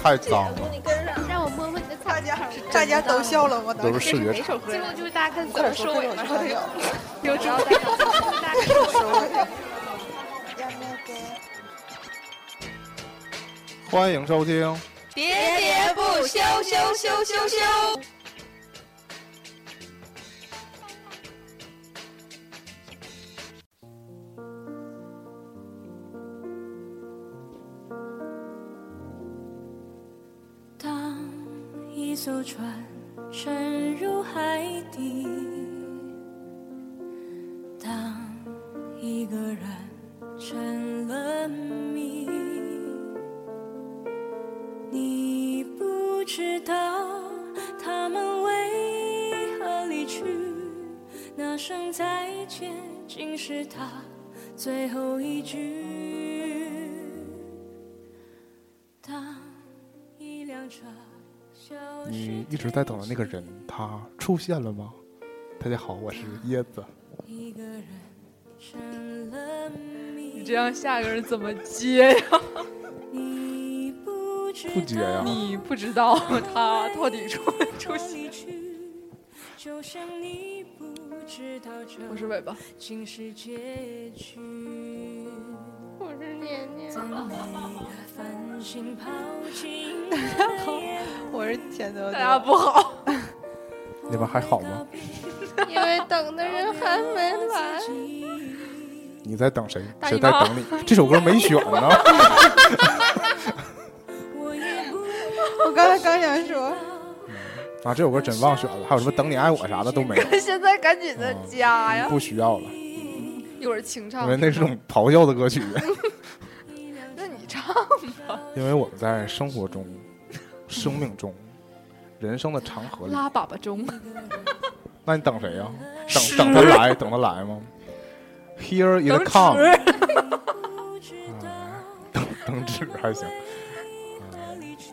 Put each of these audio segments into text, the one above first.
太脏了，你跟上，让我摸摸你的草，大家大家都笑了，我都当是时。视觉差。首歌最呀后就是大家看怎么收尾嘛，然后有有主播，大家 欢迎收听，喋喋不休，休休休休。当一艘船沉入海底，当一个人成了谜，你不知道他们为何离去，那声再见竟是他最后一句。当一辆车消失你一直在等的那个人，他出现了吗？大家好，我是椰子。一个人成了谜。你这样下个人怎么接呀？你不知不解呀你不知道他到底出没 出现。离去，就像你不知道这我是尾巴，竟是结局。我是年年，在你的繁星抛弃你的眼我是钱德大家德，不好。你们还好吗？因为等的人还没来。你在等谁？大谁姨在妈等你？这首歌没选 呢。我也不我刚才刚想说，啊，这首歌真忘选了。还有什么等你爱我啥的都没有，现在赶紧的加呀！不需要了，一会儿清因唱哦为。那是种咆哮的歌曲。 那你唱，因为我们在生活中、生命中、人生的长河里，拉粑粑钟。那你等谁呀？等等他来，等他来吗？Here it come，啊 等 等纸还行。呃离去，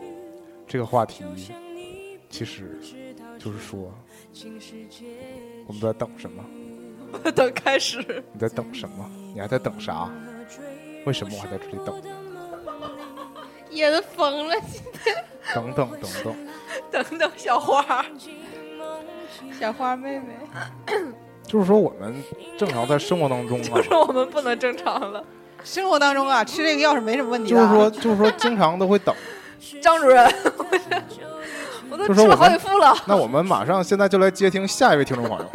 这个话题像你其实知道就是说，竟是结我们都在等什么？等开始，你在等什么？你还在等啥？为什么我还在这里等？椰子疯了，等等等等，等等小花。小花妹妹，就是说我们正常在生活当中啊就，是我们不能正常了。生活当中啊，吃这个药是没什么问题就的是啊。说就是说经常都会等。张主任，我都就吃说我们了好几副了。那我们马上现在就来接听下一位听众朋友。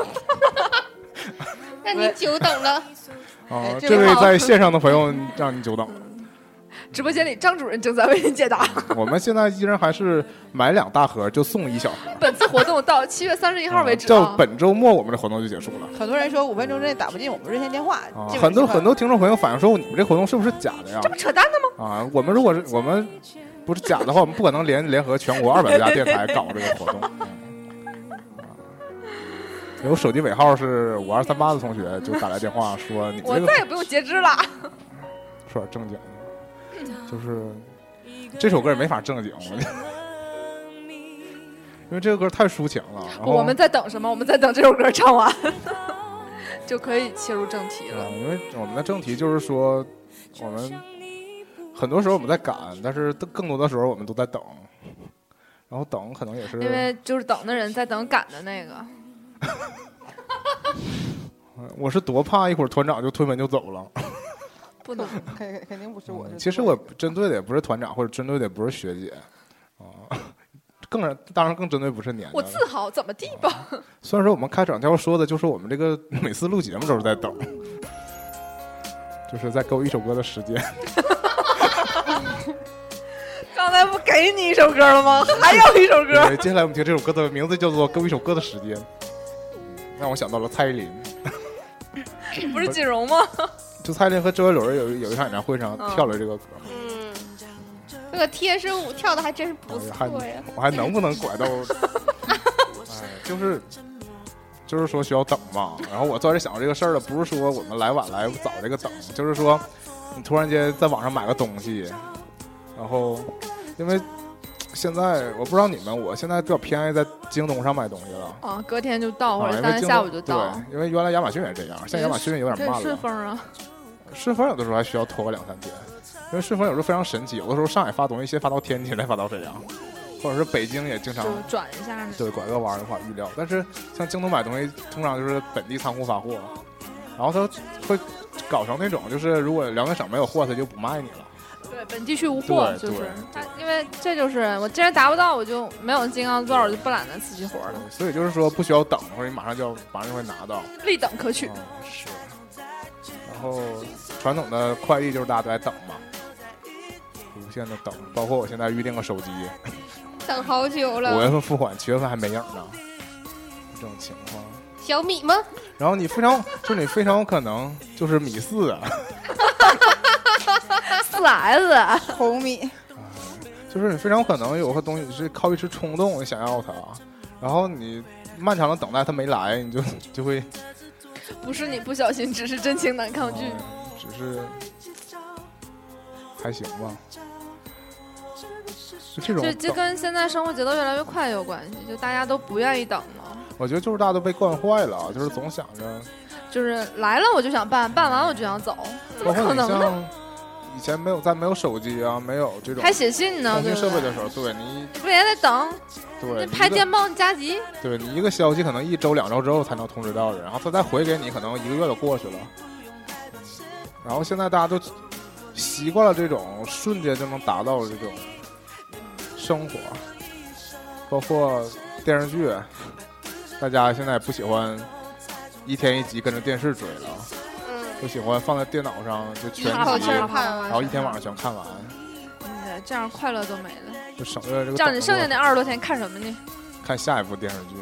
让你久等了。啊哎，这这位位好在线上的朋友让你久等，直播间里，张主任正在为您解答。我们现在依然还是买两大盒就送一小盒，本次活动到七月三十一号为止到啊！本周末我们这活动就结束了。很多人说五分钟之内打不进我们热线电话啊，，这个很多情况很多听众朋友反映说，你们这活动是不是假的呀这？不扯淡呢吗？啊，我们如果是我们不是假的话，我们不可能联联合全 国二百家电台搞这个活动。嗯啊有手机尾号是五二三八的同学就打来电话说，你们我这个再也不用截肢了。说点正经的，就是这首歌也 没法正经，我觉得因为这个歌太抒情了。然后我们在等什么？我们在等这首歌唱完， 就可以切入正题了。嗯，因为我们的正题就是说，我们很多时候我们在赶，但是更更多的时候我们都在等，然后等可能也是因为就是等的人在等赶的那个，嗯我是多怕一会儿团长就推门就走了。不能。肯肯定不是嗯我。是其实我针对的也不是团长，或者针对的也不是学姐，啊、 更是当然更针对不是年我的了。自豪怎么地吧？虽然说我们开场就要说的就是我们这个每次录节目都是在等， 就是在给我一首歌的 时间。刚才不给你一首歌了吗？还有一首歌，对，接下来我们听这首歌的名字叫做《给我一首歌的时间》，让我想到了蔡依林。嗯不是锦荣吗？就蔡依林和周杰伦有有一场演唱会上嗯跳了这个歌，嗯，这个贴身舞跳的还真是不我还错呀。我还能不能拐 到？哎，就是就是说需要等嘛。然后我在这想这个事儿了，不是说我们来晚来早这个等，就是说你突然间在网上买个东西，然后因为现在我不知道你们，我现在比较偏爱在京东上买东西了。啊，隔天就到，或啊，者因当为天京下东午就到。对，因为原来亚马逊也这样，现在亚马逊有点可以慢顺了。风啊，顺丰有的时候还需要拖个两三天，因为顺丰有时候非常神奇，有的时候上海发东西先发到天津，再发到沈阳，或者是北京也经常就转一下呢。对拐个弯儿无法预料。但是像京东买东西，通常就是本地仓库发货，然后他会搞成那种，就是如果辽宁省没有货，他就不卖你了。对，本地区无货对就对是。他，因为这就是我既然达不到，我就没有金刚钻，我就不懒得自己活了，对，所以就是说不需要等，或者你马上就要马上就会拿到。立等可取嗯。，是。然后传统的快递就是大家都在等嘛，无限的等，包括我现在预定个手机，等好久五月了。份付款，七月份还没影儿呢，这种情况。小米吗？然后你非常，就是你非常有可能就是米四啊，四 S，红米，就是你非常有可能有个东西是靠一时冲动想要它，然后你漫长的等待它没来，你就就会不是你不小心，只是真情难抗拒。嗯只是还行吧。就这种这这等跟现在生活节奏越来越快有关系，就大家都不愿意等了，我觉得就是大家都被惯坏了，啊就是总想着，就是来了我就想办，办完我就想走，怎包么括可你能呢？像以前没有在没有手机啊，没有这种还写信呢，通对讯设不备对？的时候，对你你不也得等？对那你拍一个电报加急，对你一个消息可能一周两周之后才能通知到人，然后他再回给你，可能一个月都过去了。然后现在大家都习惯了这种瞬间就能达到这种生活，包括电视剧，大家现在也不喜欢一天一集跟着电视追了，嗯，都喜欢放在电脑上就全一口集气儿然看完，后一天晚上全看完，嗯对，这样快乐都没了。就省略这个这样你等剩着下那二十多天看什么呢？看下一部电视剧。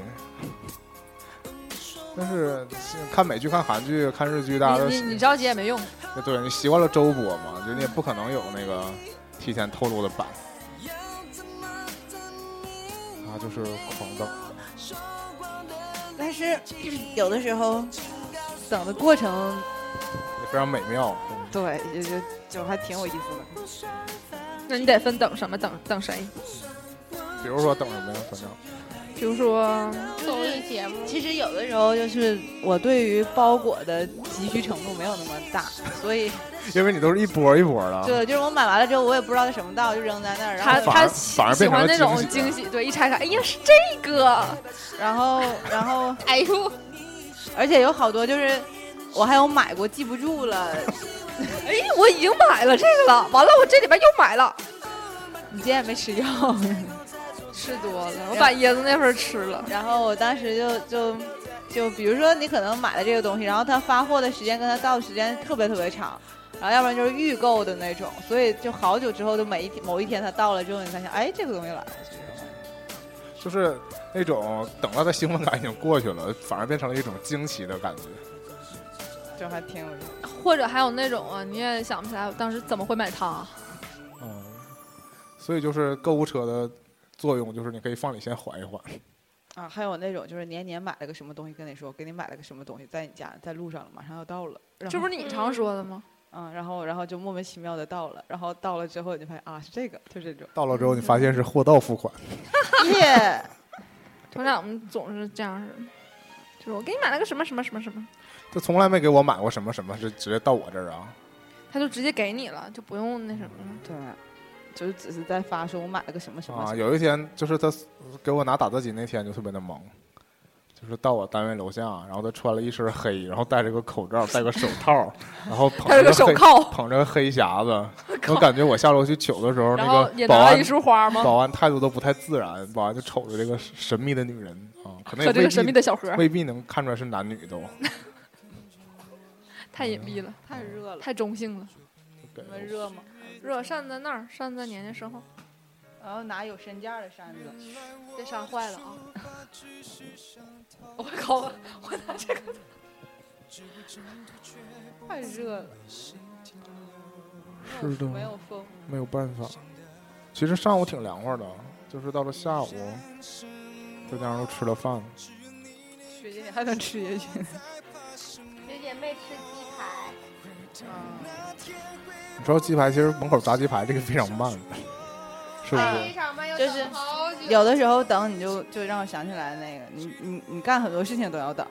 但是看美剧、看韩剧、看日剧，大家都你你你着急也没用，对你习惯了周播嘛，就你也不可能有那个提前透露的版。啊，就是狂等，但是有的时候等的过程，也非常美妙。嗯对，也就就还挺有意思的。那你得分等什么，等等谁？比如说等什么呀？反正比如说，综艺节目，其实有的时候就是我对于包裹的急需程度没有那么 大，所以因为你都是一波一波的，对，就是我买完了之后我也不知道它什么到，就扔在那儿，然他后反而他反而喜变成了欢那种惊惊喜喜，对，一拆开，哎呀是这个，哎然后然后哎呦，而且有好多就是我还有买过记不住了，哎我已经买了这个了，完了我这里边又买了，你今天也没 吃药。吃多了，哎我把椰子那份吃了，然后我当时就就就比如说你可能买了这个东西，然后它发货的时间跟它到的时间特别特别长，然后要不然就是预购的那种，所以就好久之后，就每一天某一天它到了之后，你才想，哎，这个东西来了。就是那种等到的兴奋感已经过去了，反而变成了一种惊奇的感觉。就还挺有意思，或者还有那种啊，你也想不起来我当时怎么会买它、啊嗯，所以就是购物车的作用，就是你可以放里先缓一缓。啊，还有那种就是年年买了个什么东西，跟你说我给你买了个什么东西，在你家在路上了，马上要到了，然后这不是你常说的吗？嗯，然后然后就莫名其妙的到了，然后到了之后你就发现啊是这个，就这种，到了之后，你发现是货到付款。嗯耶，团长们总是这样式的，就是我给你买了个什么什么什么什么，他从来没给我买过什么什么，是直接到我这儿啊。他就直接给你了，就不用那什么了。 对，就是只是在发说我买了个什么什么啊，，有一天就是他给我拿打字机那天就特别的忙，就是到我单位楼下，然后他穿了一身黑，然后戴着个口 罩，戴个手套，然后捧他有着个手黑铐，捧着个黑匣 子，我感觉我下楼去取的时候，那然后个也保拿了一安束花吗？保安态度都不太自然，保安就瞅着这个神秘的女人啊，可能也和这未个神秘必的小盒，未必能看出来是男女 都。太隐蔽了，太热了，太中性了。对你们热吗？热扇在那儿，扇在年年身后，然后拿有身价的扇子，别扇坏了啊！我靠，我拿这个太热了，是的没有风。没有办法。其实上午挺凉快的，就是到了下午，再加上又吃了饭，雪姐还能吃下去，学姐没吃鸡排，你知道鸡排，其实门口炸鸡排这个非常慢，是不非是？常慢，哎要就是等好久。有的时候等你就就让我想起来那个，你你你干很多事情都要等，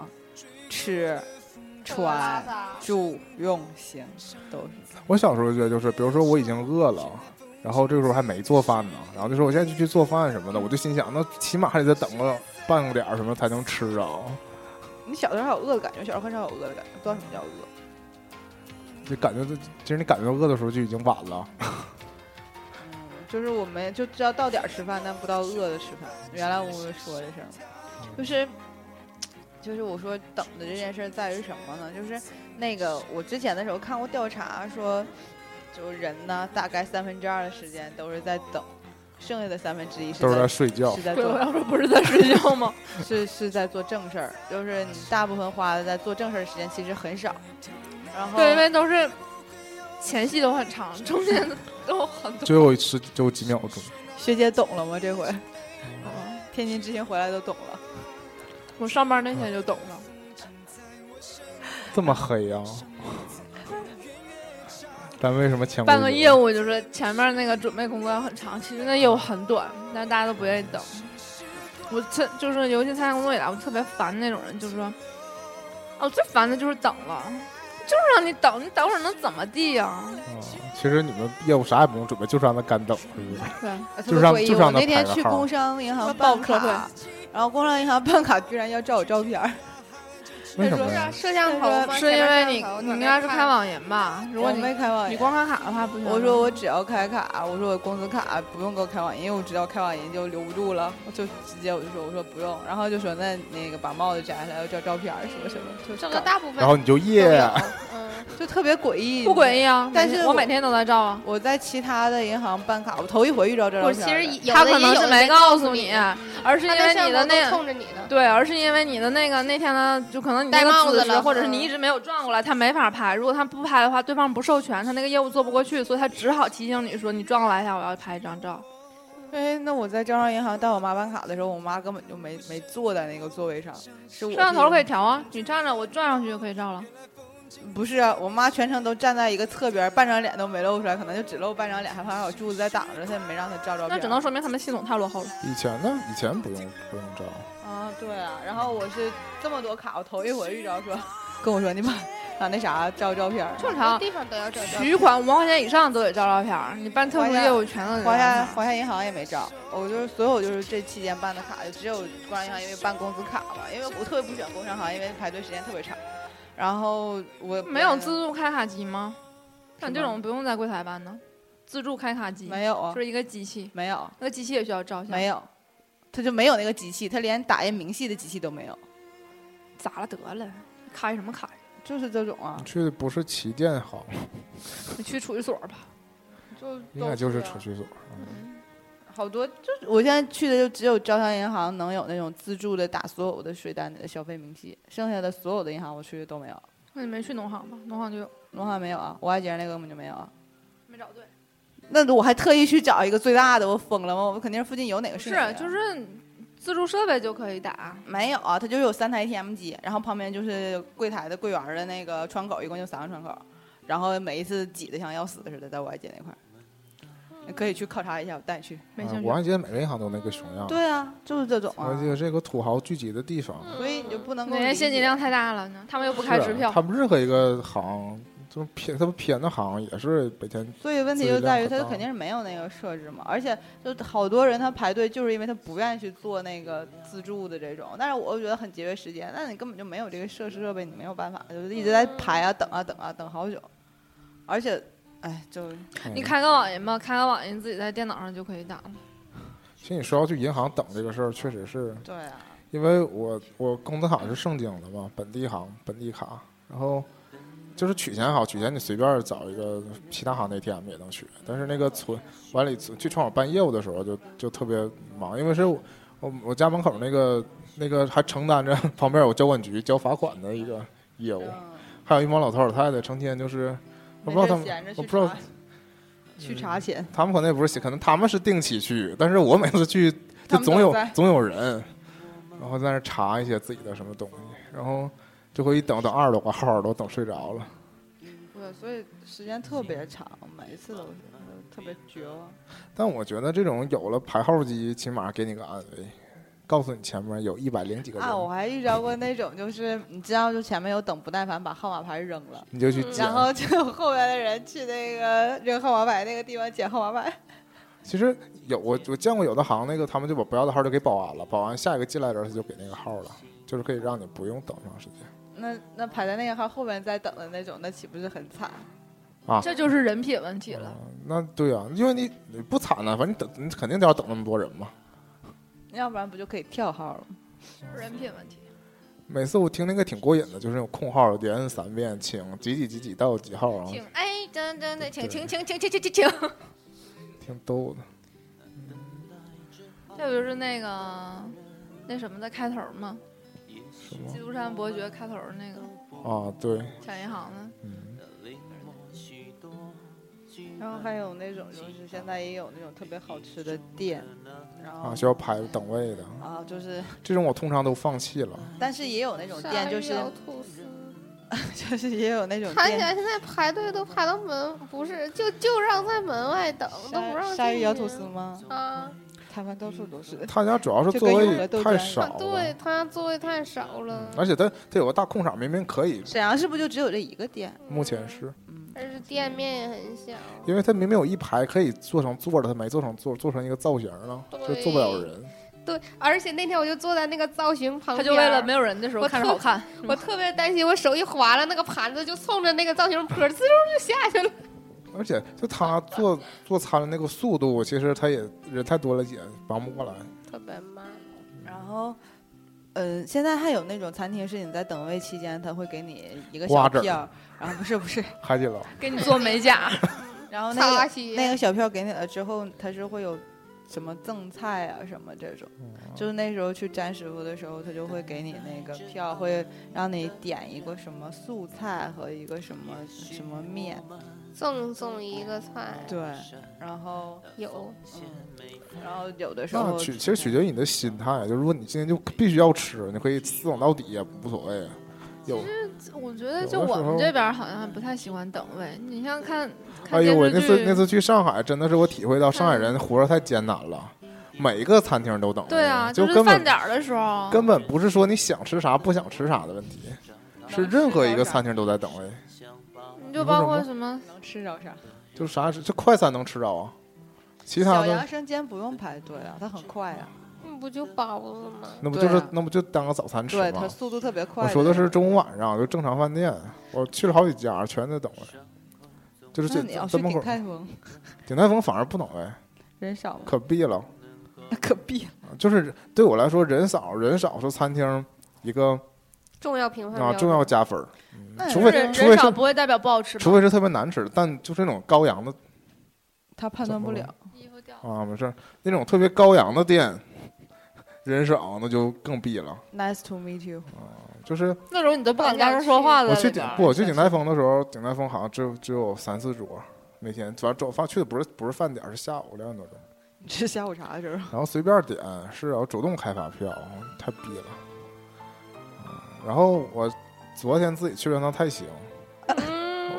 吃，穿、啊住、用、行都是。我小时候觉得就是，比如说我已经饿了，然后这个时候还没做饭呢，然后就说我现在就去做饭什么的，我就心想，那起码还得再等个半个点儿什么才能吃啊。你小的时候还有饿的感觉，小时候很少有饿的感觉，不知道什么叫饿。就感觉到，其实你感觉到饿的时候就已经晚了。嗯就是我们就知道到点儿吃饭，但不知道饿了吃饭。原来我们说这事儿嘛，嗯就是就是我说等的这件事儿在于什么呢？就是那个我之前的时候看过调查说，就人呢大概三分之二的时间都是在等，剩下的三分之一是都是在在睡觉是，在对，我做要说不是在睡觉吗？是是在做正事儿，就是你大部分花的在做正事儿的时间其实很少。然后 对，因为都是前戏都很长，中间 都很多。只有十只有几秒钟。学姐懂了吗？这回嗯嗯天津之行回来都懂了。我上班那天就懂了。这么黑呀、咱为什么前办个业务就是前面那个准备工作要很长，其实那业务很短，但是大家都不愿意等。我特就是尤其参加工作以来，我特别烦那种人，就是说，哦，最烦的就是等了，就是让你等，你等会儿能怎么地呀、啊其实你们业务啥也不用准备，就是让他干等，是不是？对，啊就让特别诡异就让我他那天排个去号工商银行报办客会卡，然后工商银行办卡居然要照我照片儿， 为什么呀？摄像头吗？是因为你前面摄像头你应该是开，网银吧？如果我你没开网你银。光开卡的话不行。我说我只要开卡，我说我工资卡不用给我开网银，因为我知道开网银就留不住了，我就直接我就说我说不用，然后就说那那个把帽子摘下来要照照片儿什么什么，就这搞个大部分然后你就 啊都有业，嗯，就特别诡异。不诡异啊，但每是天我我每天都在照啊。我在其他的银行办卡，我头一回遇到这我照其片实儿的。有他的可也能有是的没也告告啊诉你，而是因他的为项你目的都那冲着你的，对，而是因为你的那个那天呢，就可能你那戴帽个子姿势，了或者是你嗯一直没有转过来，他没法拍。如果他不拍的话，对方不授权，他那个业务做不过去，所以他只好提醒你说你转过来一下，我要拍一张照。哎，那我在招商银行带我妈办卡的时候，我妈根本就没没坐在那个座位上，是我摄像头可以替调啊，你站着我转上去就可以照了。不是啊，我妈全程都站在一个侧边，半张脸都没露出来，可能就只露半张脸，还怕有柱子在挡着，她也没让她照照片。那只能说明他们系统太落后了。以前呢？以前不用不用照，啊，对啊。然后我是这么多卡，我头一回遇着说，跟我说你把把那啥照照片儿，正很多常地方都要这个。取款五万块钱以上都得照照片儿，你办特殊华夏业务全都得照华照片夏儿。华夏银行也没照，我就是所有就是这期间办的卡，就只有工商银行因为办工资卡嘛，因为我特别不喜欢工商行，因为排队时间特别长。然后我没有自助开卡机吗？像这什么种不用在柜台办呢，自助开卡机没有啊就，是一个机器，没有那个机器也需要照相。没有，他就没有那个机器，他连打印明细的机器都没有，咋了得了，开什么开？就是这种啊你。去的不是旗舰好，你去储蓄所吧。就应该就是储蓄所。嗯啊好多，就是我现在去的就只有招商银行能有那种自助的打所有的税单里的消费明细，剩下的所有的银行我去的都没有，那你没去农行吧？农行就有，农行没有啊，我爱杰那个根本就没有啊。没找对。那我还特意去找一个最大的，我疯了吗？我肯定是附近有哪个是啊哪个，呀就是自助设备就可以打。没有啊，它就是有三台 ATM 机，然后旁边就是柜台的柜员儿的那个窗口，一共就三个窗口，然后每一次挤得像要死似的，在我爱姐那块儿，你嗯可以去考察一下，我带你去。没啊兴趣我还记得每个银行都那个熊样。对啊，就是这种嗯我还啊记，得这个土豪聚集的地方，所以你就不能够每天理现金解量太大了呢，他们又嗯不开是啊支票。他们任何一个行，就是偏他们偏的行也是每天所以问题就在于他肯定是没有那个设置嘛，而且就好多人他排队就是因为他不愿意去做那个自助的这种，但是我又觉得很节约时间，那你根本就没有这个设施设备，你没有办法，就是一直在排啊等啊等啊等好久，而且，哎，就嗯你开个网银吧，开个网银自己在电脑上就可以打了。其实你说要去银行等这个事儿，确实是对啊，因为我我工资卡是盛京的嘛，本地行本地卡，然后就是取钱好，取钱你随便找一个其他行的 ATM 也能取，但是那个存完里存去窗口办业务的时候就就特别忙，因为是我我我家门口那个那个还承担着旁边有交管局交罚款的一个业务，嗯，还有一帮老头老太太成天就是哦我不知道他没事闲着们嗯我去不知道嗯查去查钱，他们可能也不是喜，可能他们是定期去，但是我每次去就 他们总有都在总有人，然后在那儿查一些自己的什么东西，然后就会一等等二十多个号儿都等睡着了。对，所以时间特别长，每一次都是特别绝望。但我觉得这种有了排号机，起码给你个安慰，告诉你前面有一百零几个人，啊，我还遇着过那种，就是你知道，就前面有等不耐烦把号码牌扔了，你就去嗯捡然。后就 后面的人去那个扔号码牌那个地方捡号码牌。其实有我我见过有的行那个他们就把不要的号就给保安了，保安下一个进来的人他就给那个号了，就是可以让你不用等长时间。那那排在那个号后面再等的那种，那岂不是很惨？这就是人品问题了。嗯那对啊，因为你你不惨呢、反正你等你肯定得要等那么多人嘛。要不然不就可以跳号了吗？哦人品问题。每次我听那个挺过瘾的，就是那种空号连摁三遍，请几几几几到几号，然后请哎，真真的，请对请请请请请请请，挺逗的。这不是那个那什么的开头吗？是基督山伯爵开头那个吗？啊，对，抢银行的，嗯，然后还有那种就是现在也有那种特别好吃的店，然后啊，嗯需要排等位的，啊就是，这种我通常都放弃了。但是也有那种店就是鲨鱼哦吐司。 就是也有那种看起店来现在排队都排到门，不是就就让在门外等，都不让鲨鲨鱼进摇去吐司吗？啊！台湾到处都 是。他家主要是就座跟永位和豆太浆一少啊了，嗯对，他座位太少了，而且他他有个大空场，明明可以，沈阳是不是就只有这一个店？目前是而且店面也很小。因为他明明有一排可以做成座的，他没做成座，做成一个造型了，就对做不了人。对，而且那天我就坐在那个造型旁边儿，他就为了没有人的时候我看着特好 看，我特别担心我手一滑了，那个盘子就冲着那个造型坡儿滋溜就下去了。而且就他做做餐的那个速度，其实他也人太多了，也忙不过来。特别慢，哦然后，呃，现在还有那种餐厅是你在等位期间，他会给你一个瓜小子儿票儿，然后不是不是，海底捞给你做美 甲。然后那擦个鞋。那个小票给你了之后，他是会有什么赠菜啊什么这种，嗯就是那时候去詹师傅的时候，他就会给你那个票，会让你点一个什么素菜和一个什么什么面，赠送一个菜对，然后有，然后有的时那候取其实取决于你的心态，就是如果你今天就必须要吃，你可以死等到底也无所谓。有，我觉得有就的我时们候这边儿好像不太喜欢等位。你像看，看哎呦电我视那次剧那次去上海，真的是我体会到上海嗯人活着太艰难了，每一个餐厅都等位。对啊，嗯就是根饭本点儿的时候，根本不是说你想吃啥不想吃啥的问题，嗯是任何一个餐厅都在等位，你就你说包什括么什么能吃着啥？就啥是这快餐能吃着啊，其他小杨的生煎不用排队啊，它很快啊，那不就包子吗？那不就是、对啊那不就当个早餐吃对，它吗？速度特别快。我说的是中午晚上就正常饭店，我去了好几家全在等位，就是那这你要去在门鼎口泰丰，鼎泰丰反而不等位，人少吗？可避了。那嗯可必了。就是对我来说人少人少是餐厅一个重要评分啊标重准要加分儿，那除人非人除非人少是不会代表不好吃吧？除非是特别难吃，但就是那种高扬的他判断不了，衣服掉了啊，没事儿，那种特别高扬的店， 人少那就更避了。 Nice to meet you。 就是那时候你都不敢不跟敢人去说话了。我去里鼎边儿不，我去鼎泰丰的时候，鼎泰丰好像只有只有三四桌，每天主要主要饭去的不是不是饭点儿，是下午两点多钟，你吃下午茶的时候，然后随便点是要主动开发票，太逼了。嗯然后我昨天自己去了趟泰兴，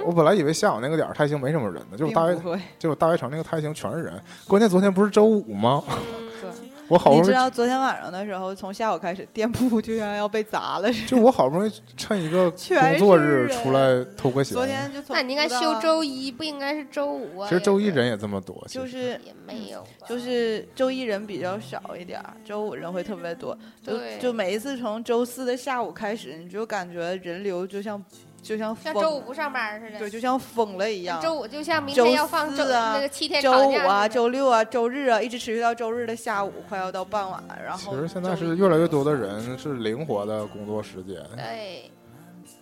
我本来以为下午那个点儿泰兴没什么人呢，结果嗯并大悦不会。结果大悦城那个泰兴全是人，关键昨天不是周五吗？嗯 对，我好不你容知易道昨天晚上的时候，从下午开始，店铺就像要被砸了似的。就我好不容易趁一个 全工作日是人出来偷个闲，昨天就从那你应该不知道休，周一，不应该是周五啊？其实周一也人也这么多，其就实是 也没有吧，嗯就是周一人比较少一点儿，周五人会特别多。就对就每一次从周四的下午开始，你就感觉人流就像就像像疯周五不上班似的。对，就像疯了一样。周五就像明天要放周周四啊那个七天周长五假啊、似的周六啊、周日啊，一直持续到周日的下午，快要到傍晚。然其后实现在周是一越来越多的人是灵活的工作时间，对，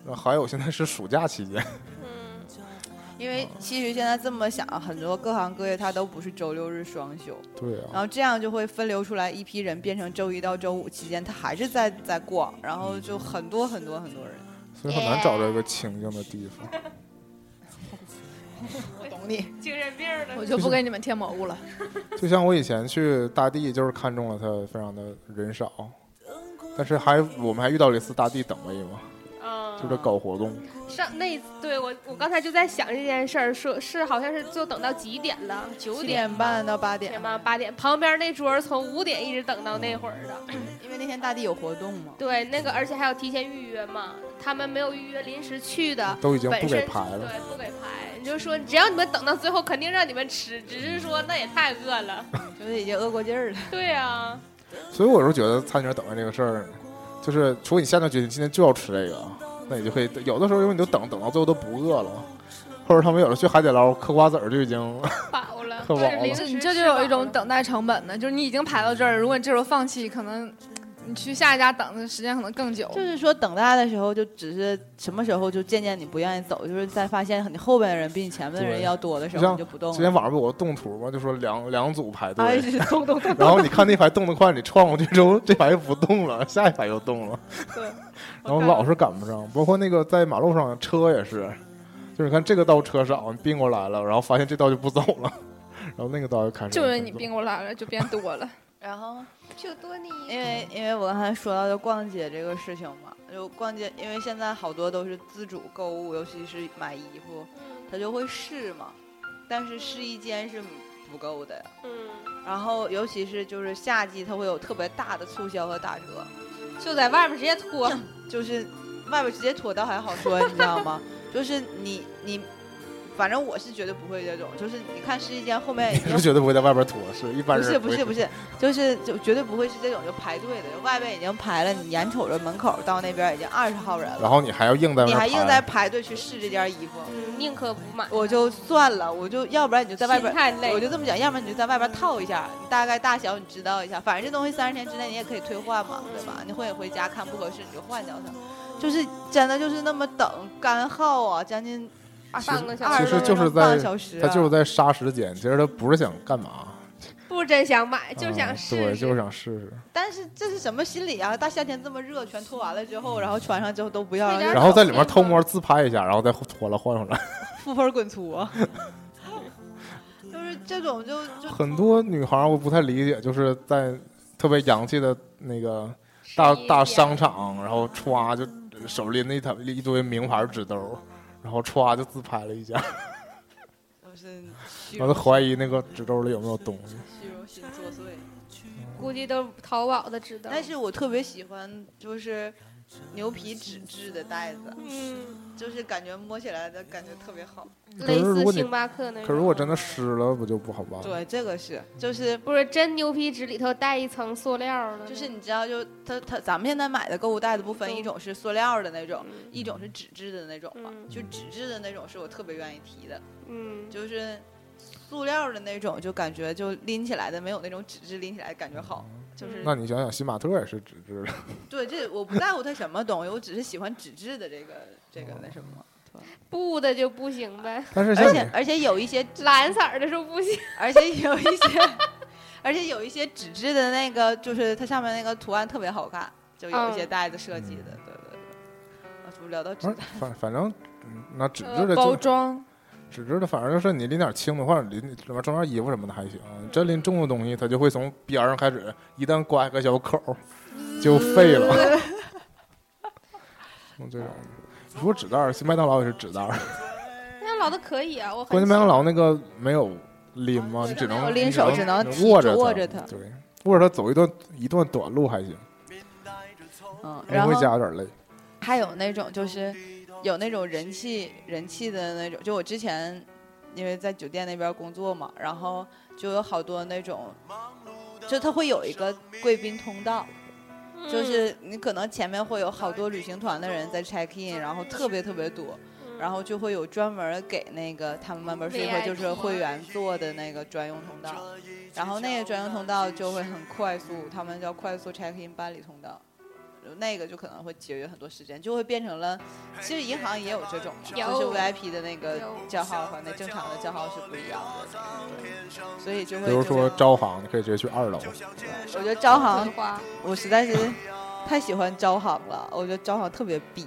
那还有现在是暑假期间， 嗯，因为其实现在这么想，很多各行各业它都不是周六日双休，对然啊，后这样就会分流出来一批人，变成周一到周五期间，他还是在在逛，然后就很多很多很多人。所以很难找着一个清静的地方。我懂你，精神病了。我就不给你们贴蘑菇了。就像我以前去大地，就是看中了它非常的人少，但是还我们还遇到了一次大地等位嘛，嗯，是得搞活动，上那对我我刚才就在想这件事儿，说是好像是就等到几点了？九七点点半到八点点，吧，八点。旁边那桌儿从五点一直等到那会儿的。因为那天大地有活动嘛。对，那个而且还有提前预约嘛，他们没有预约临时去的，都已经本不身给排了。对，不给排。你就说只要你们等到最后，肯定让你们吃，只是说那也太 饿了。就是已经饿过劲 儿了。对啊，所以我是觉得餐厅等待这个事儿，就是除非你下定决心今天就要吃这个，那你就可以有的时候因为你就等等到最后都不饿了，或者他们有的去海底捞嗑瓜子儿就已经饱 了，可或者饱了临这时你这就吃有饱一了种等待成本的，就是你已经排到这儿，如果你这时候放弃，可能你去下一家等的时间可能更久。就是说，等待的时候，就只是什么时候就渐渐你不愿意走，就是在发现你后边的人比你前面的人对要多的时就候，像你就不动之了前。网上不有个动图吗？就说两两组排 哎，队，是动动 动然后你看那排动得快，你撞过去之后，这排又不动了，下一排又动了， 然后老是赶不上。包括那个在马路上车也是，就是你看这个道车少，你并过来了，然后发现这道就不走了， 然后那个道又开始就往是前你走并过来了，就变多了。然后就多你因为因为我刚才说到就逛街这个事情嘛，就逛街，因为现在好多都是自主购物，尤其是买衣服，他就会试嘛，但是试衣间是不够的呀。嗯，然后尤其是就是夏季，它会有特别大的促销和打折，就在外面直接脱，就是外面直接脱倒还好说，你知道吗？就是你你，反正我是绝对不会这种，就是你看试衣间后面已 你经是绝对不会在外边脱，是一般不人是不是不是，是，就是就绝对不会是这种就排队的，外边已经排了，你眼瞅着门口到那边已经二十号人了，然后你还要硬在外你面还排，硬在排队去试这件衣服，嗯，宁可不买，我就算了，我就要不然你就在外边心太累我，就这么讲，要么你就在外边套一下，你大概大小你知道一下，反正这东西三十天之内你也可以退换嘛，对吧？你会回家看不合适你就换掉它，就是真的就是那么等干耗啊，将近半个小二其十实多就是半个在小时、啊，他就是在杀时间，其实他不是想干嘛，不真想买，就啊是想试对，试就是想试试。但是这是什么心理啊？大夏天这么热，全脱完了之后，然后穿上之后都不要，那然点后然后在里面偷摸自拍一下，然后再脱了换回来。负盆滚 粗啊，就是这种就就很多女孩儿我不太理解，就是在特别洋气的那个试大一大遍商场，然后歘就手拎着一沓一堆名牌纸兜，然后歘就自拍了一下，就是虚然后荣就怀疑那个纸兜里有没有东西。虚荣心作祟。估计都是淘宝的知道。但是我特别喜欢就是牛皮纸质的袋子，嗯，就是感觉摸起来的感觉特别好。类是如果似你星巴克那种。可如果真的湿了，不就不好办？了？对，这个是就是。不是真牛皮纸里头带一层塑料的，就是你知道，就它它咱们现在买的购物袋子不分一种是塑料的那种，嗯一种是纸质的那种嘛。嗯就纸质的那种是我特别愿意提的，嗯，就是塑料的那种，就感觉就拎起来的没有那种纸质拎起来的感觉好。就是嗯那你想想，新玛特也是纸质的，对这我不在乎它什么东西，我只是喜欢纸质的这个这个那什么。布的就不行 呗，但是像而你啊且而且有一些蓝色儿的是不行。而且有一些， 而且有一些纸质的那个，就是它上面那个图案特别好看，就有一些嗯袋子设计的，对对对。啊，怎么聊到纸反袋？反反正，嗯那纸质呃的包就装纸质的，反正就是你拎点轻的，或者你拎里面装点衣服什么的还行。真拎重的东西，它就会从边儿上开始，一旦刮一个小口儿，就废了。 嗯这种，你说纸袋儿，麦当劳也是纸袋儿。麦当劳的可以啊，我很关键麦当喜欢劳那个没有拎吗？你只能没有拎手你哦只能提握着握着它对，握着它走一段一段短路还行，嗯，然回家后有点累。还有那种就是有那种人气人气的那种，就我之前因为在酒店那边工作嘛，然后就有好多那种，就它会有一个贵宾通道，就是你可能前面会有好多旅行团的人在 check in，然后特别特别多，嗯然后就会有专门给那个他们 membership 或 VIP 就是会员做的那个专用通道，然后那个专用通道就会很快速，他们叫快速 check in 办理通道。那个就可能会节约很多时间，就会变成了，其实银行也有这种嘛，就有是 VIP 的那个有叫号和那正常的叫号是不一样的那个，对，所以就会比如就说是招行，你可以直接去二楼。我觉得招行葵花，我实在是太喜欢招行了，我觉得招行特别逼。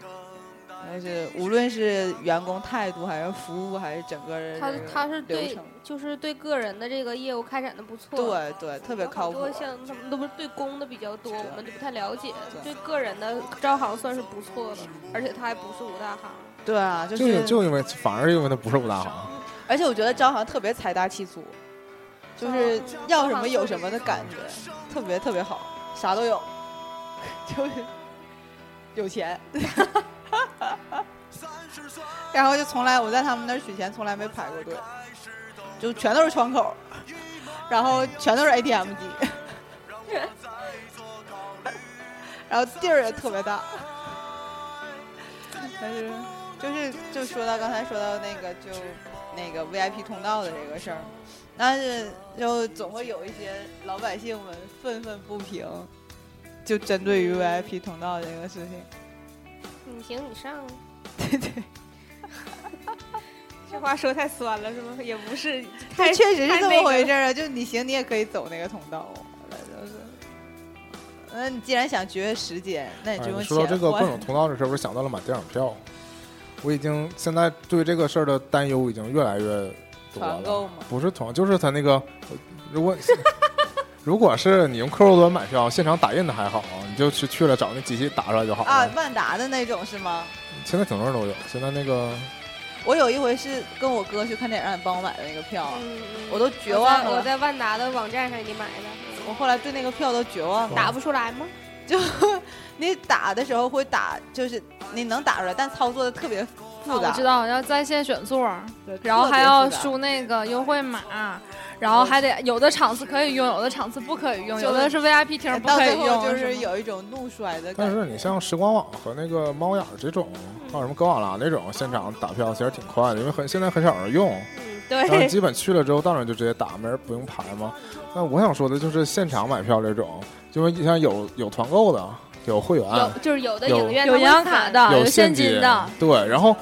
但是无论是员工态度，还是服务，还是整个人他他是流对程，就是对个人的这个业务开展的不错，，对对，特别靠好谱多。像他们都不是对公的比较多，我们就不太了解，对对个人的招行算是不错的，而且他还不是五大行，对啊，就就是就因为反而因为他不是五大行，而且我觉得招行特别财大气粗，就是要什么有什么的感觉，特别特别好，啥都有， 就是有 钱。然后就从来我在他们那儿取钱从来没排过队，就全都是窗口，然后全都是 ATM 机，然后地儿也特别大，但是就是就说到刚才说到那个就那个 VIP 通道的这个事儿，但是就总会有一些老百姓们愤愤不平，就针对于 VIP 通道这个事情。你行你上， 对对，这话说太酸了是吗？也不是，但太确实是太这那么个回事儿啊！就你行，你也可以走那个通道，就是。那你既然想节约时间，那你哎就，用你钱说到换。这个各种通道的事儿，我想到了买电影票。我已经现在对这个事儿的担忧已经越来越多 团购了吗，不是团，就是他那个，如果如果是你用客户端买票，现场打印的还好，啊你就去去了找那机器打出来就好了。啊，万达的那种是吗？现在挺多人都有，现在那个我有一回是跟我哥去看电影，让你帮我买的那个票，啊嗯，我都绝望了。我在我在万达的网站上给你买的，我后来对那个票都绝望了。打不出来吗？就你打的时候会打，就是你能打出来，但操作的特别复杂。啊我知道，要在线选座儿，对然后还要。特别复哎输那个优惠码，然后还得有的场次可以用，有的场次不可以用，有的是 VIP 杂厅不哎到可最以用，后就是吗有一种怒摔的感但觉。是你像时光网和那个猫眼儿这种，还有什么格瓦拉那种，现场打票其实挺快的，因为很现在很少人用，嗯，然后哎对，基本去了之后当然就直接打，没人不用排嘛。那我想说的就是现场买票这种，因为像有有团购的，有会员 有，就是有的有影院有它会银行卡分的，有现现金的，，对，然后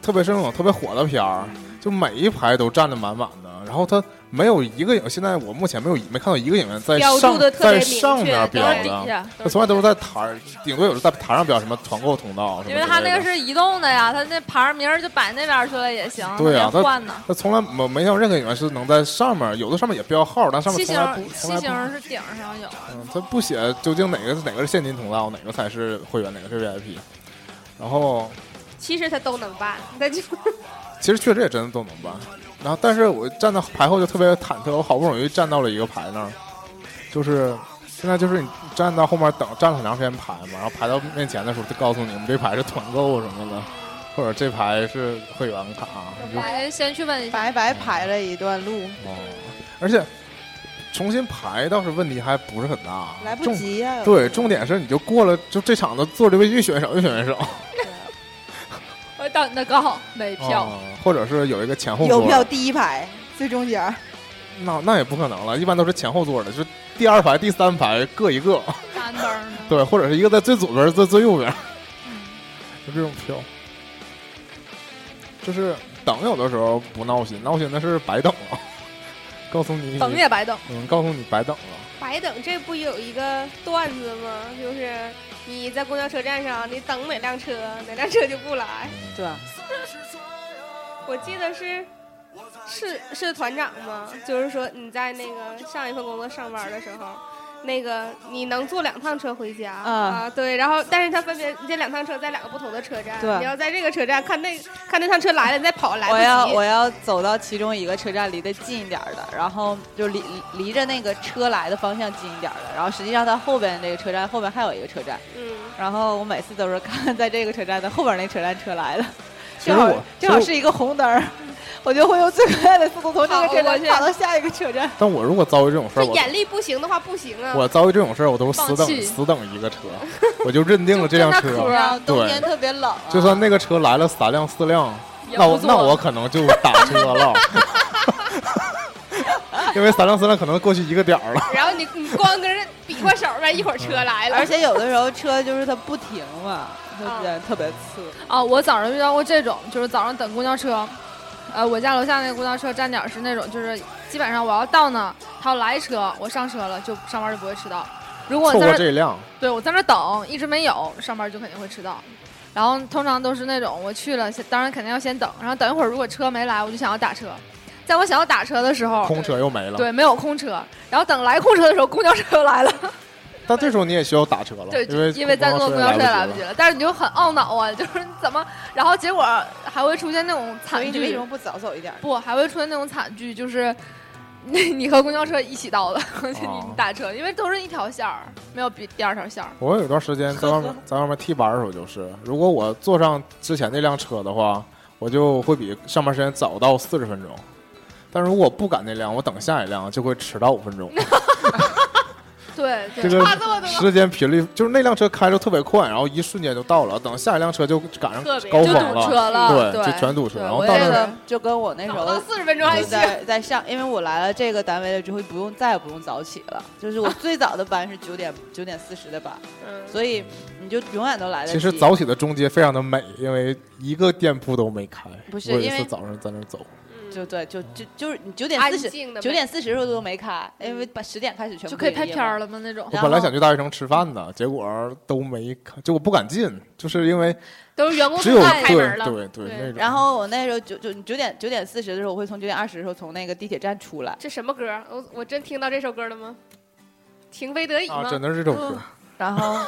特别是那种特别火的片儿，就每一排都站得满满的，然后它没有一个影，现在我目前没有没看到一个影院在标注上得特别在明上确面都标是在的，底下。他从来都是在台儿，顶多有时在台上标什么团购通道什么之因类的。为他那个是移动的呀，他那牌儿名儿就摆那边儿去了也行，对啊呀他得换呢。他从来没没有任何演员是能在上面，有的上面也标号，但上七面从星来不从七来星不，是顶上有，嗯，他不写究竟哪个哪个是现金通道，哪个才是会员，哪个是 VIP。然后其实他都能办，但 就其实确实也真的都能办。然后但是我站到排后就特别忐忑，我好不容易站到了一个排那儿，就是。现在就是你站到后面等站了很长时间排嘛，然后排到面前的时候，就告诉你我们这排是团购什么的，或者这排是会员卡，你就来哎先去问一下。白白排了一段路，哦，而且重新排倒是问题还不是很大，来不重。及啊呀、有对，重点是你就过了，就这场子坐着越选手越选手，我等你的刚好没票，哦或者是有一个前后座，有票第一排最中间儿，那那也不可能了，一般都是前后座的，就第二排、第三排各一个， 单班儿呢。对，或者是一个在最左边，在最右边， 就这种票，就是等有的时候不闹心，闹心那是白等了， 告诉你，等也白等，嗯，告诉你白等了。白等这不有一个段子吗？就是你在公交车站上，你等哪辆车，哪辆车就不来。对吧？我记得是是是团长吗？就是说你在那个上一份工作上班的时候。那个你能坐两趟车回家啊对，然后但是它分别这两趟车在两个不同的车站，对你要在这个车站看那看那趟车来了，你再跑来不我及。要我要走到其中一个车站离得近一点儿的，然后就离离着那个车来的方向近一点儿的，然后实际上它后边那个车站后边还有一个车站，嗯，然后我每次都是看在这个车站的后边那车站车来 了，其正实好我，嗯正好其实是一个红灯儿，我就会用最快的速度从这个车跑过站去跑到下一个车站。但我如果遭遇这种事这儿，我眼力不行的话不行啊。我遭遇这种事儿，我都是死放等弃死等一个车，我就认定了这辆 就跟车那。然后冬对天特别冷、啊，就算那个车来了三辆四辆，也那不我坐那我可能就打车 了，因为三辆四辆可能过去一个点儿了。然后你你光跟人比划手呗，一会儿车来了， 而且有的时候车就是它不停嘛，就人特别次。啊，我早上遇到过这种，就是早上等公交车，呃，我家楼下那个公交车站点是那种，就是基本上我要到那，他要来车，我上车了就上班就不会迟到。如果错我过在那这一辆，对我在那等，一直没有，上班就肯定会迟到。然后通常都是那种我去了，先当然肯定要先等，然后等一会儿如果车没来，我就想要打车。在我想要打车的时候，空车又没了。哦对，没有空车。然后等来空车的时候，公交车来了，但这时候你也需要打车了，对，哦因为因为在坐公交车也来不不及了。了。但是你就很懊恼啊，就是你怎么，然后结果还会出现那种所以惨你为剧什，么不早走一点儿？不还会出现那种惨剧，就是你你和公交车一起到的， 你哦打车，因为都是一条线儿，没有比第二条线儿。我有段时间在外 面在外面替班的时候，就是如果我坐上之前那辆车的话，我就会比上班时间早到四十分钟。但如果我不赶那辆，我等下一辆就会迟到五 分钟。对，对这个差这么多。时间频率就是那辆车开的特别快，然后一瞬间就到了，等下一辆车就赶上特别高峰就堵车了对，对就全堵车。对然后我到也那儿这个哎就跟我那时早到候四十分钟还就行，在在上，因为我来了这个单位了之后，不用再也不用早起了。就是我最早的班是九点九点四十的班，嗯，所以你就永远都来得及。其实早起的中街非常的美，因为一个店铺都没开。不是我有一因次为早上在那儿走，就对，就就就是你九点安四十，静的九点四十的时候都没开，因为把十点开始全部就可以拍片儿了。了吗？那种我然本来后想去大学城吃饭的，结果都没开，就我不敢进，就是因为都是员工只有吃饭开对门了，对对对那种。然后我那时候九九九点九点四十的时候，我会从九点二十的时候从那个地铁站出来，这什么歌儿？我我真听到这首歌了吗？情非得已啊，吗？真的是这首歌。然后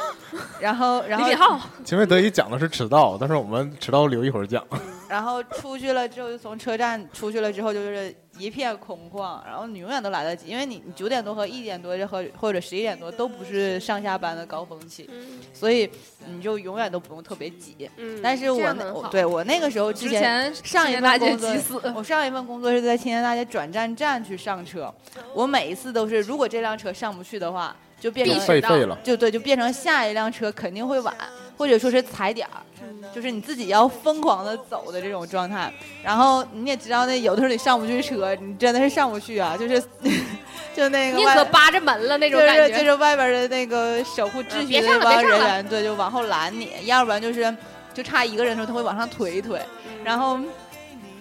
然后然李后敏镐，秦卫德一讲的是迟到，但是我们迟到留一会儿讲。然后出去了之后，就从车站出去了之后，就是一片空旷，然后你永远都来得及，因为你你九点多和一点多和或者十一点多都不是上下班的高峰期，嗯所以你就永远都不用特别挤。嗯，但是这我样那很我好，对我那个时候之之前前上一青年份大街工作急死，嗯我上一份工作是在青年大街转站站去上车，我每一次都是，如果这辆车上不去的话，就变必成须废迟到，废了，就对，就变成下一辆车肯定会晚，或者说是踩点儿，就是你自己要疯狂的走的这种状态。然后你也知道，那有的时候你上不去车，你真的是上不去啊， 就是就那个宁外可扒着门了那种就感是就觉。是外边的那个守护秩嗯序别的上那了别帮上人了员，对，就往后拦你，要不然就是就差一个人的时候他会往上推一推，然后。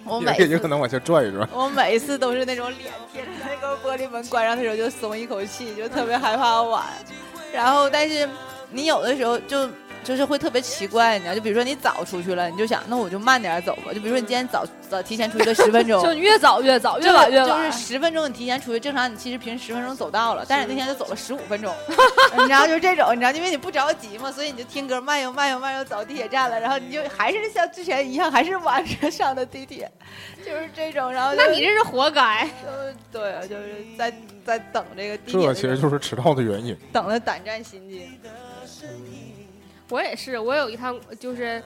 我每也也次可能往前拽一拽。我每一次都是那种脸贴着那个玻璃门关上的时候就松一口气，就特别害怕晚。然后，但是你有的时候就就是会特别奇怪，你知道，就比如说你早出去了，你就想那我就慢点走吧。就比如说你今天早早提前出去了十分钟 就越早越早，就越晚越就晚是。十分钟你提前出去，正常你其实平时十分钟走到了，但是你那天就走了十五分钟，你知道就是这种，你知道，因为你不着急嘛，所以你就听歌慢悠慢悠慢悠走地铁站了，然后你就还是像之前一样，还是晚上上的地铁，就是这种，然后就那你这是活该，就是对，就是在在等这个地铁的时这候，其实就是迟到的原因。等的胆战心惊。我也是，我有一趟就是。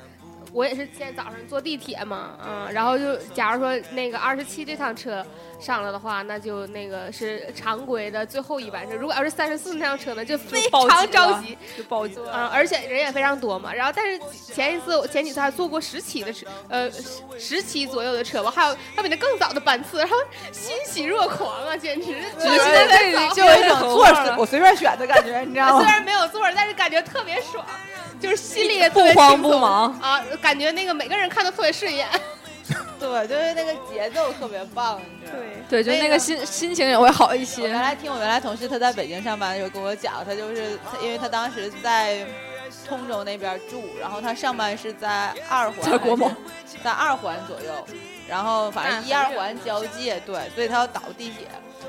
我也是今天早上坐地铁嘛，嗯，然后就假如说那个二十七这趟车上了的话，那就那个是常规的最后一班车。如果要是三十四那趟车呢，就非常着急，就报警嗯，而且人也非常多嘛。然后，但是前一次我前几次还坐过十起的车，呃，十十起左右的车吧，还有还有比那更早的班次，然后欣喜若狂啊，简直觉特得别这早就有一种头座发儿了随我随便选的感觉，你知道虽吗？然没有座儿，但是感觉特别爽，就是心里也特不别慌轻松不忙啊，感觉那个每个人看都特别顺眼。 对，就是那个节奏特别棒，你知道吗？对，就那那个个心心情也会好我 一原些。来听我原来同事他在北京上班的时候跟我讲，他就是他因为他当时在通州那边住，然后他上班是在二环，在国贸，啊在二环左右，然后反那正一很二远环交界，对，所以他要倒地铁。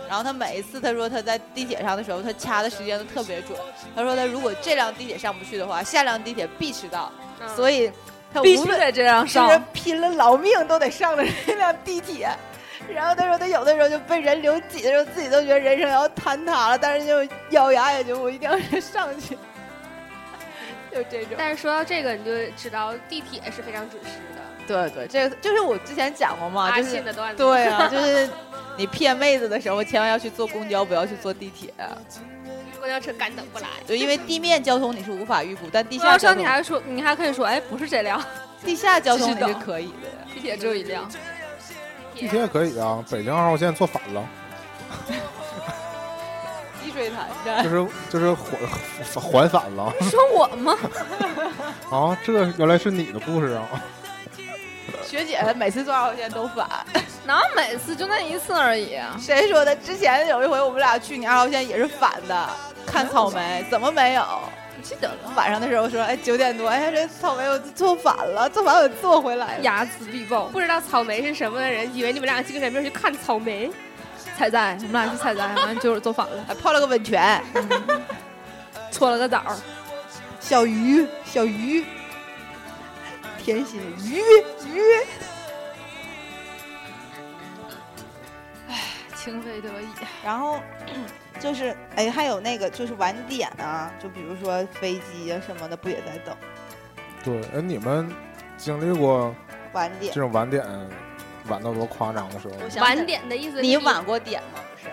然后他每一次他说他在地铁上的时候，他掐的时间都特别准。他说他如果这辆地铁上不去的话，下辆地铁必迟到，所以以他嗯必无须论得这样就是上，拼了老命都得上的这辆地铁。然后他说他有的时候就被人流挤的时候，自己都觉得人生要坍塌了，但是就咬牙也就我一定要上去，就这种。但是说到这个，你就知道地铁是非常准时的，对对，这个就是我之前讲过嘛，阿就是信的段子。对啊，就是你骗妹子的时候，千万要去坐公交，不要去坐地铁，公交车赶等不来。对，因为地面交通你是无法预估，但地公下交交车通你还说，你还可以说，哎，不是这辆，地下交通继续你是等可以的。地铁只有一辆。地铁也可以啊，北京二号线坐反了，积水潭就站，是就是还还反了说我吗？啊！这原来是你的故事啊！学姐她每次坐二号线都反。哪有每次就那一次而已。谁说的？之前有一回我们俩去你二号线也是反的，看草莓，怎么没有？不记得了，晚上的时候说，哎，九点多，哎呀，这草莓我做反了，做反我做回来了。睚眦必报。不知道草莓是什么的人，以为你们俩精神病去看草莓。采摘，我们俩去采摘，完了就是做反了，还泡了个温泉，搓了个澡儿。小鱼，小鱼，甜心鱼鱼，情非得已，然后 就是哎，还有那个就是晚点啊，就比如说飞机啊什么的，不也在等对，哎，你们经历过晚点这？种晚点晚到多夸张的时候吗？我想起来晚，点的意思是你晚过点吗？不是，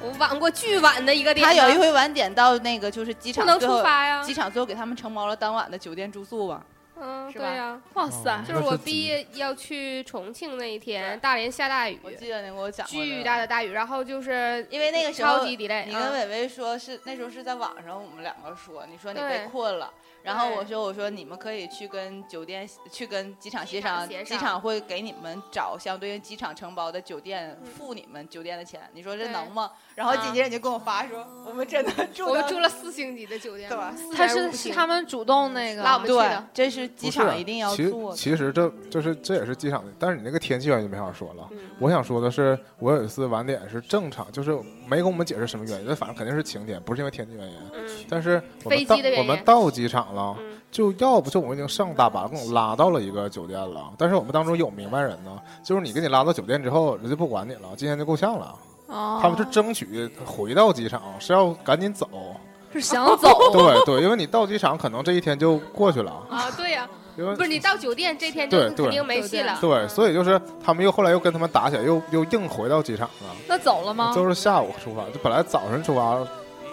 我晚过巨晚的一个点呢。他有一回晚点到那个就是机不场能最出后。发呀机。场最后给他们承包了当晚的酒店住宿吧，嗯，是对吧呀，哇塞哦，就是那我是毕业要去重庆那一天，大连下大雨，我记得那个我讲过这个巨大的大雨，然后就是因为那个时候超级 delay，你跟嗯伟伟说是那时候是在网上，我们两个说，你说你对被困了，然后对我说我说你们可以去跟酒店去跟机场协商，机场协机商场会给你们找相对应机场承包的酒店，嗯付你们酒店的钱，你说这对嗯能吗？然后紧接着你就跟我发说，我们真的住我们到住了四星级的酒店对吧，四他点是五是星他们主动那个拉我们去对的，，这是机不是啊场一定要其做的。其实这就是这也是机场的，但是你那个天气原因就没法说了。嗯我想说的是，我有一次晚点是正常，就是没跟我们解释什么原因，反正肯定是晴天，不是因为天气原因。嗯但是我们飞机到的原因我们到机场了，嗯，就要不就我已经上大巴，给我拉到了一个酒店了。但是我们当中有明白人呢，就是你给你拉到酒店之后，人家不管你了，今天就够呛了。哦，他们是争取回到机场，是要赶紧走。哦是想 走，对对，因为你到机场可能这一天就过去了，啊，对呀，因为不是你到酒店这天对就对肯定没戏了，对，所以就是他们又后来又跟他们打起来，又又硬回到机场了。那走了哦吗？就是下午出发，就本来早晨出发，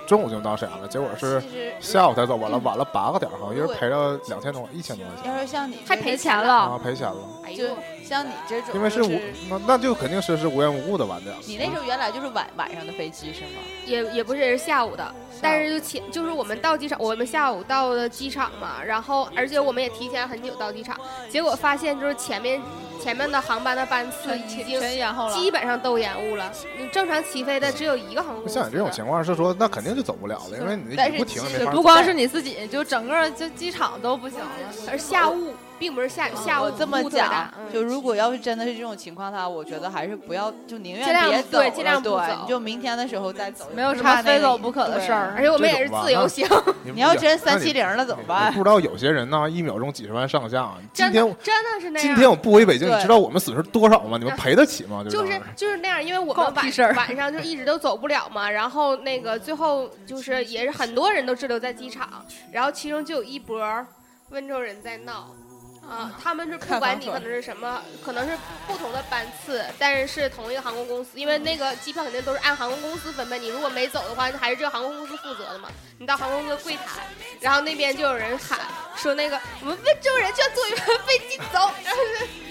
中午就能到沈阳了，结果是其实下午才走，完嗯了晚了八个点儿，好像一人赔了两千多，一千多块要钱是像你还这赔个钱哦啊，了，赔钱了。哎就呦，像你这种，因为是就无那那就肯定是是无缘无故的晚点儿。你那时候原来就是晚晚上的飞机是吗？也也不是也是下午的，但是就前就是我们到机场，我们下午到的机场嘛，然后而且我们也提前很久到机场，结果发现就是前面前面的航班的班次全呃已全经全延后了。基本上都延误了，你正常起飞的只有一个航空公司。嗯像你这种情况是说，那肯定就走不了了，因为你但是雨不停也其实没法不走。光是你自己，就整个就机场都不行了。而下雾并不是下雨，下我午这么雾特别讲大，嗯就如果要是真的是这种情况的话，我觉得还是不要，就宁愿尽量别不走了，对尽量不走对，你就明天的时候再走，没有什差么那非个走不可的事儿而且我们也是自由行，你你要也真那三你七零了怎么我办不？知道有些人呢，一秒钟几十万上下。今真天的我真的是那样。今天我不回北京，对你知道我们损失多少吗？你们啊赔得起吗？就这是样就是那样，因为我关我们屁晚事儿晚上就一直都走不了嘛，然后那个最后就是也是很多人都滞留在机场，然后其中就有一波儿温州人在闹。啊，他们是不看管房你车可能是什么，可能是不同的班次，但是是同一个航空公司，因为那个机票肯定都是按航空公司分配，你如果没走的话，还是这个航空公司负责的嘛。你到航空公司柜台，然后那边就有人喊说那个我们温州人就要坐一班飞机走， 然后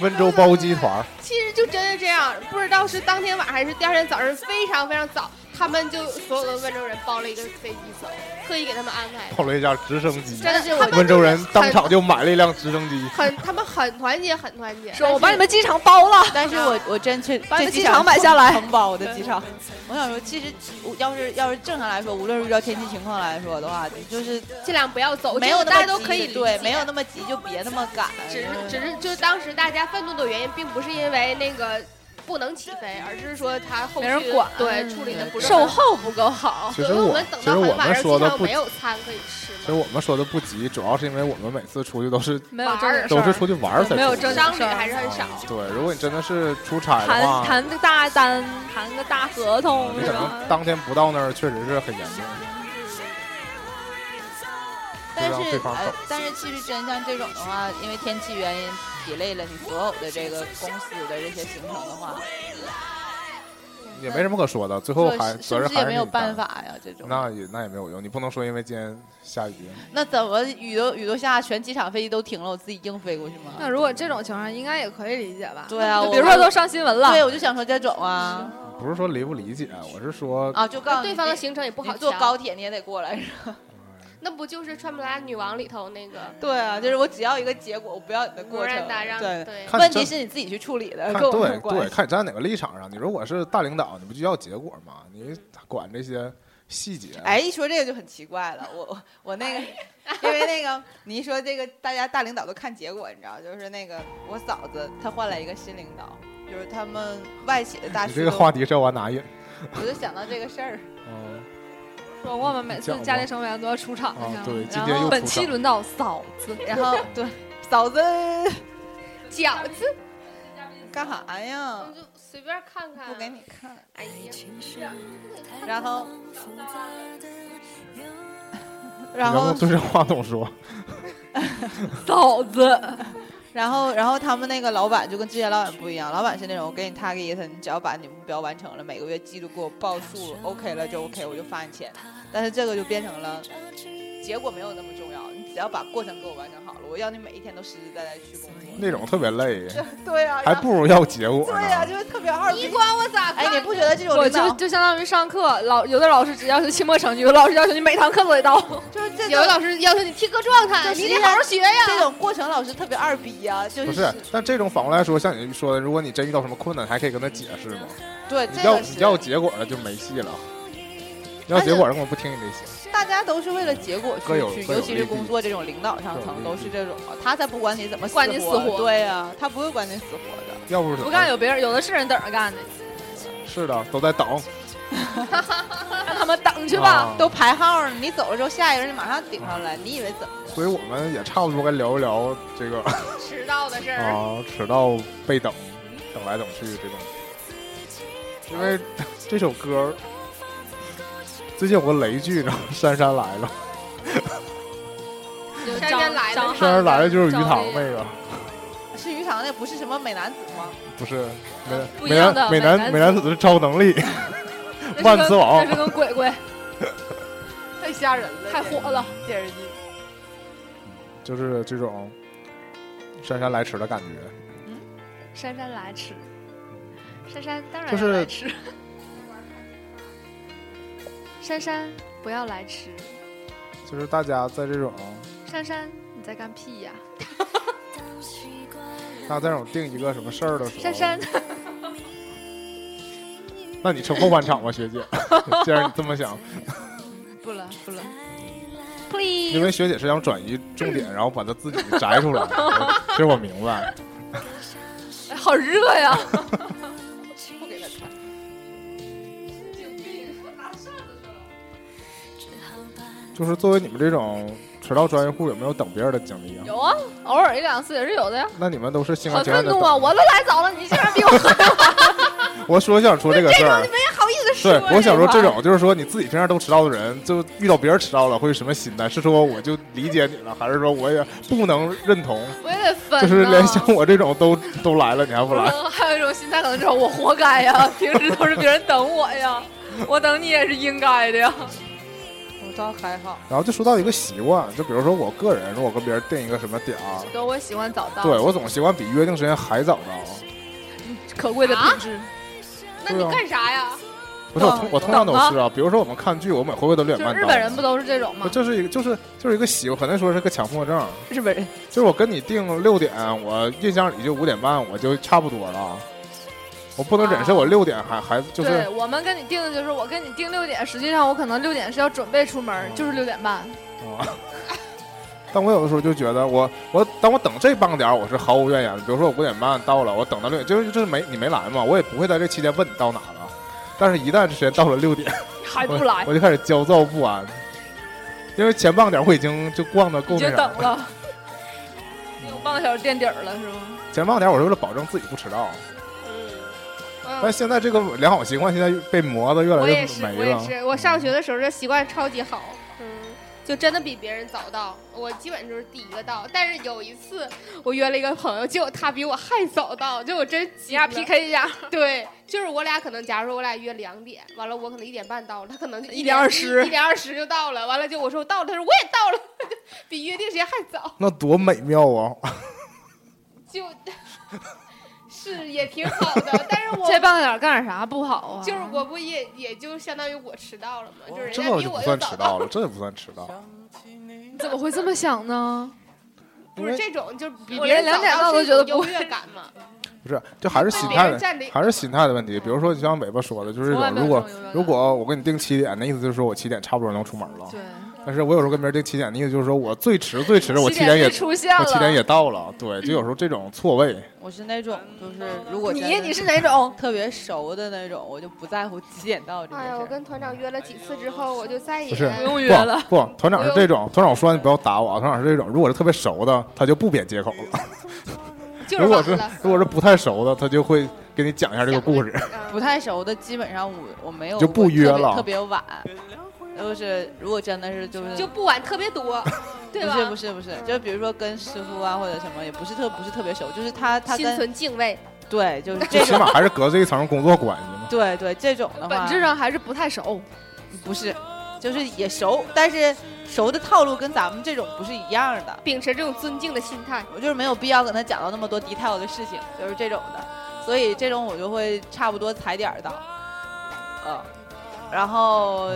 温州包机团儿，其实就真是这样，不知道是当天晚上还是第二天早上，非常非常早，他们就所有的温州人包了一个飞机走，特意给他们安排的。报了一架直升机，真的是我温州人当场就买了一辆直升机。很，他们很团结，很团结。说我把你们机场包了，但是我我真去把你这们机场买下来承包我的机场。我想说，其实我要是要是正常来说，无论是遇到天气情况来说的话，就是尽量不要走，没有这个大那家都么急可以理解。对，没有那么急就别那么赶。只是只是就是当时大家愤怒的原因，并不是因为那个不能起飞，而是说他后续没人管对嗯处理的不是售很好。后不够好。其对实因为我我们，等其到实我很晚们上，说机的场不没，有餐可以吃其实嘛。我们说的不急，主要是因为我们每次出去都是没有正都经是事出去玩儿才出去。啊没有正经商事旅儿还是很少。对，如果你真的是出差的谈话，谈个大单，谈个大合同啊你是可吧能？当天不到那儿，确实是很严重。但就让是对方呃走，但是其实真像这种的话，因为天气原因 delay 了你所有的这个公司的这些行程的话，也没什么可说的，最后这还是责不任是还是也没你有担办。法呀？这种那也那也没有用，你不能说因为今天下雨，那怎么雨都雨都下，全机场飞机都停了，我自己硬飞过去吗？那如果这种情况，应该也可以理解吧？对啊就我比如说都上新闻了，对，我就想说这种啊不是说理不理解，我是说，啊，就告诉对你方的你行程也不好你坐瞧高铁你也得过来。是吧那不就是《穿不拉女王》里头那个对啊，就是我只要一个结果，我不要你的无过人程打。让？对，对看问你题站是你自己去处理的，看呃跟我没对有关对，系。看你站在哪个立场上。你如果是大领导，你不就要结果吗？你管这些细节。哎，一说这个就很奇怪了。我我我那个，因为那个你一说这个，大家大领导都看结果，你知道，就是那个我嫂子她换了一个新领导，就是他们外企的大你叔。这个话，题是要往哪引？我就想到这个事儿。哦说过吗？每次家里成员都要出场一啊下，。对，今然天后又本出期场轮到嫂子，然后 对，嫂子饺子，干啥呀我？就随便看看。不给你看。哎呀，然后，然然后后对着话筒说，嫂子，然后，然后他们那个老板就跟之前老板不一样，老板是那种我给你 target，你只要把你目标完成了，每个月记录给我报数，OK 了就 OK，我就发你钱。但是这个就变成了，结果没有那么重要，你只要把过程给我完成好了，我要你每一天都实实在在去工作。那种特别累，对啊，还然后不如要结果对呢。啊，就是特别二逼你。管我咋看？哎，你不觉得这种我领就导就相当于上课，老有的老师只要求期末成绩，有的老师要求你每堂课都得到。就是这有的种老师要求你听课状态，就你实得际好上好学呀。这种过程老师特别二逼呀、就不是是，但这种反过来说，像你说的，如果你真遇到什么困难，还可以跟他解释嘛。对你这要个你是要结果了就没戏了，你要结果了根本不听你这些。大家都是为了结果各有去去，各有尤其是工作这种领导上层利弊都是这种，他才不管你怎么管你死活对呀、他不会管你死活的。要不是怎不么干有别人，有的是人等着干的，是的，都在等让他们等去吧。啊都排号呢，你走了之后，下一个人就马上顶上来，你以为怎么？所以我们也差不多该聊一聊这个迟到的事儿，啊，迟到、被等、等来等去这种。因为这首歌最近有个雷剧，然后姗姗来了，就姗张姗来的张翰姗姗来了就是鱼张塘丽那个，是鱼塘那不是什么美男子吗？不是不美一美样的男美美男男子美男子的超能力，那是万跟磁王 那是跟鬼鬼太吓人了，太火了。电视剧。就是这种姗姗来迟的感觉。姗姗来迟，姗姗当就然要是来迟。姗姗不要来迟，就是大家在这种，姗姗你在干屁呀？大家在这种定一个什么事儿的时候，姗姗，哦那你撑后半场吧， 学姐。既然你这么想，不了不了，因为学姐是想转移重点，然后把她自己摘出 来。其实我明白，哎好热呀！不给他看。就是作为你们这种迟到专业户，有没有等别人的经历啊？有啊，偶尔一两次也是有的呀。那你们都是心甘好情愿的愤怒啊！等。我都来早了，你竟然比我狠，我说想说这个事儿，啊好意思说对呀？，我想说这块儿种就是说你自己平常都迟到的人，就遇到别人迟到了会有什么心态？是说我就理解你了，还是说我也不能认同？我也得 分、啊，就是连像我这种都都来了，你还不来？ 嗯 还有一种心态，可能就是我活该呀，平时都是别人等我呀，我等你也是应该的呀。我倒还好，然后就说到一个习惯，就比如说我个人，如果跟别人定一个什么点儿，都我喜欢早到，对我总习惯比约定时间还早到。可贵的品质。那你干啥 呀？啊不是我通我通常都等是啊，比如说我们看剧，我每回都六点就半日到。本人不都是这种吗？这是一个就是就是一个习惯，很难说是个强迫症。日本人就是我跟你定六点，我印象里就五点半，我就差不多了。我不能忍受我六点还还就是啊对我们跟你定的就是我跟你定六点，实际上我可能六点是要准备出嗯门，就是六点半。啊。但我有的时候就觉得我，我当我等这半个点儿，我是毫无怨言的。比如说我五点半到了，我等到六点，就是就是没你没来嘛，我也不会在这期间问你到哪了。但是，一旦这时间到了六点，还我不哎来，我就开始焦躁不安，因为前半个点儿我已经就逛的够已那啥经等了，有半个小时垫底儿了是吗？前半个点儿我是为了保证自己不迟到，嗯但现在这个良好习惯现在被磨得越来我越也是，我没也了。是，我上学的时候这习惯超级好，嗯，就真的比别人早到，我基本就是第一个到。但是有一次我约了一个朋友，结果他比我还早到，就我真你急俩了。 PK 一下，对，就是我俩可能，假如说我俩约两点，完了我可能一点半到了，他可能就一点二十一点二十就到了。完了就我说我到了，他说我也到了， 就比约定时间还早，那多美妙啊！ 就是也挺好的。但是我这半个点儿干点啥不好啊？就是我不也也就相当于我迟到了嘛，就是人哦这家我比就不我又算早迟到了，这也不算迟到，你怎么会这么想呢？因不是为这种，就是比我别人连两早点到都是一觉得种不优越感嘛。不是，这还是被心别态人的，占领还是 心态的问题。比如说，就像伟爸说的，就是这从来种没有如果这种优越如果我跟你定七点，那意思就是说我七点差不多能出门了。对，但是我有时候跟别人定七点，的意思就是说我最迟最迟我七点也是出现我了。七点也到了。对，就有时候这种错位，我是那种就是如果你真的你是哪种？特别熟的那种，我就不在乎几点到 这哎件呀，我事儿。跟团长约了几次之后，我就再也不是不用不约了。不，团长是这种，团长我说你不要打我啊，团长是这种。如果是特别熟的，他就不编借口了；就是如果晚是了。如果是不太熟的，他就会给你讲一下这个故事。 嗯不太熟的，基本上我我没有就不我特约别了特别晚，就是如果真的是就是就不晚特别多，对不吧？是不是不是，就比如说跟师傅啊或者什么，也不是特不是特别熟，就是他他心跟存敬畏，对就是最 这起种码还是隔着一层工作关系嘛。对对这种的本话质上还是不太熟，不是，就是也熟，但是熟的套路跟咱们这种不是一样的。秉持这种尊敬的心 态。我就是没有必要跟他讲到那么多 detail 的事情，就是这种的，所以这种我就会差不多踩点儿到，嗯，然后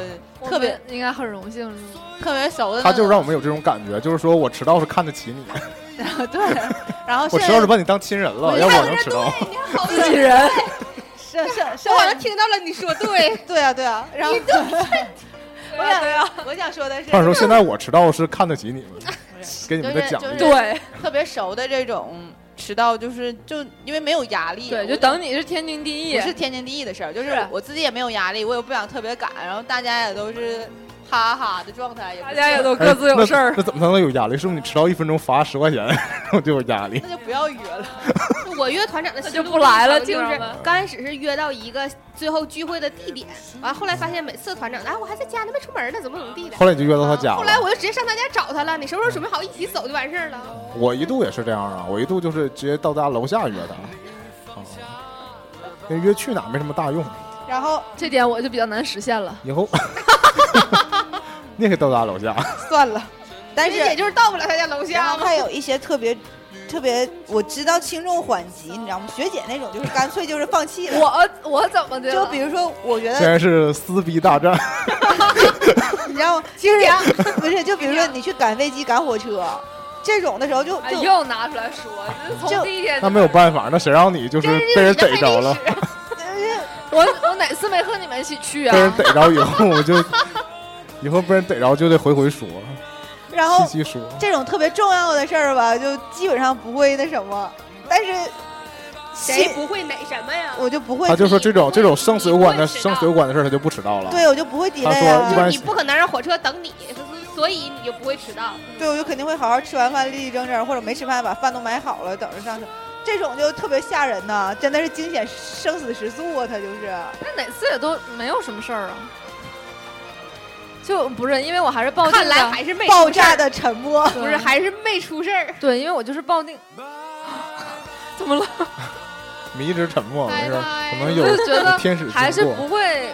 特别我们应该很荣幸是吗？特别 熟的那种，他就让我们有这种感觉，就是说我迟到是看得起你， 对，然后我剩迟到是把你当亲人了，要不我能迟到？自己人。剩剩哦剩啊我好像听到了你说 对，对啊对啊，然后我 想对啊， 我想说的 是他，说现在我迟到是看得起你们，给你们的奖就是励。哎对，特别熟的这种迟到就是就因为没有压力，对，我就等你是天经地义不。是天经地义的事儿，就是是我自己也没有压力，我也不想特别赶，然后大家也都是哈哈的状态，也不大家也是都哎各自有事儿那，那怎么才能有压力？是不是你迟到一分钟罚十块钱， 我就有压力？那就不要约了。 我约团长 的那思就路不来了正知常道就是吗刚开始是约到一个最后聚会的地点，完后来发现每次团长，哎，我还在家呢，没出门呢，怎么怎么地的。后来你就约到他家后来了。我就直接上他家找他了，你什么时候准备好一起走就完事儿了？我一度也是这样啊，我一度就是直接到家楼下约他，啊那、约去哪儿没什么大用。然后这点我就比较难实现了。以后 你也可以到家楼下，算了，但也是就是到不了他家楼然下后嘛。他有一些特别特别，我知道轻重缓急，你知道吗？学姐那种就是干脆就是放弃了。 我我怎么的了？啊就比如说，我觉现得在是撕逼大战，你知道吗？就是 不 是？就比如说你去赶飞机、赶火车这种的时候就，哎，就又拿出来说，这从就第一天那没有办法，那谁让你就是被人逮着了，我我哪次没和你们一起去被人啊？逮着以后我就， 以后被人逮着就得回回说，然后细细说。这种特别重要的事儿吧，就基本上不会那什么，但是谁其不会哪什么呀？我就不会他，啊就说这种这种生死有关的你不会迟到生死有关的事儿他就不迟到了。对我就不会抵他赖说啊，一般你不可能让火车等你，所以你就不会迟到。对我就肯定会好好吃完饭立立正正，或者没吃饭把饭都买好了等着上车，这种就特别吓人呐、真的是惊险生死时速啊，他就是。那哪次也都没有什么事儿啊。就不是因为我还是抱定看来的，还是没爆出事儿炸的沉默。对不是还是没出事儿。对，因为我就是抱定， 怎么了？ 迷之沉默，没拜事拜儿，可能就有是觉有得天使还经是过。不会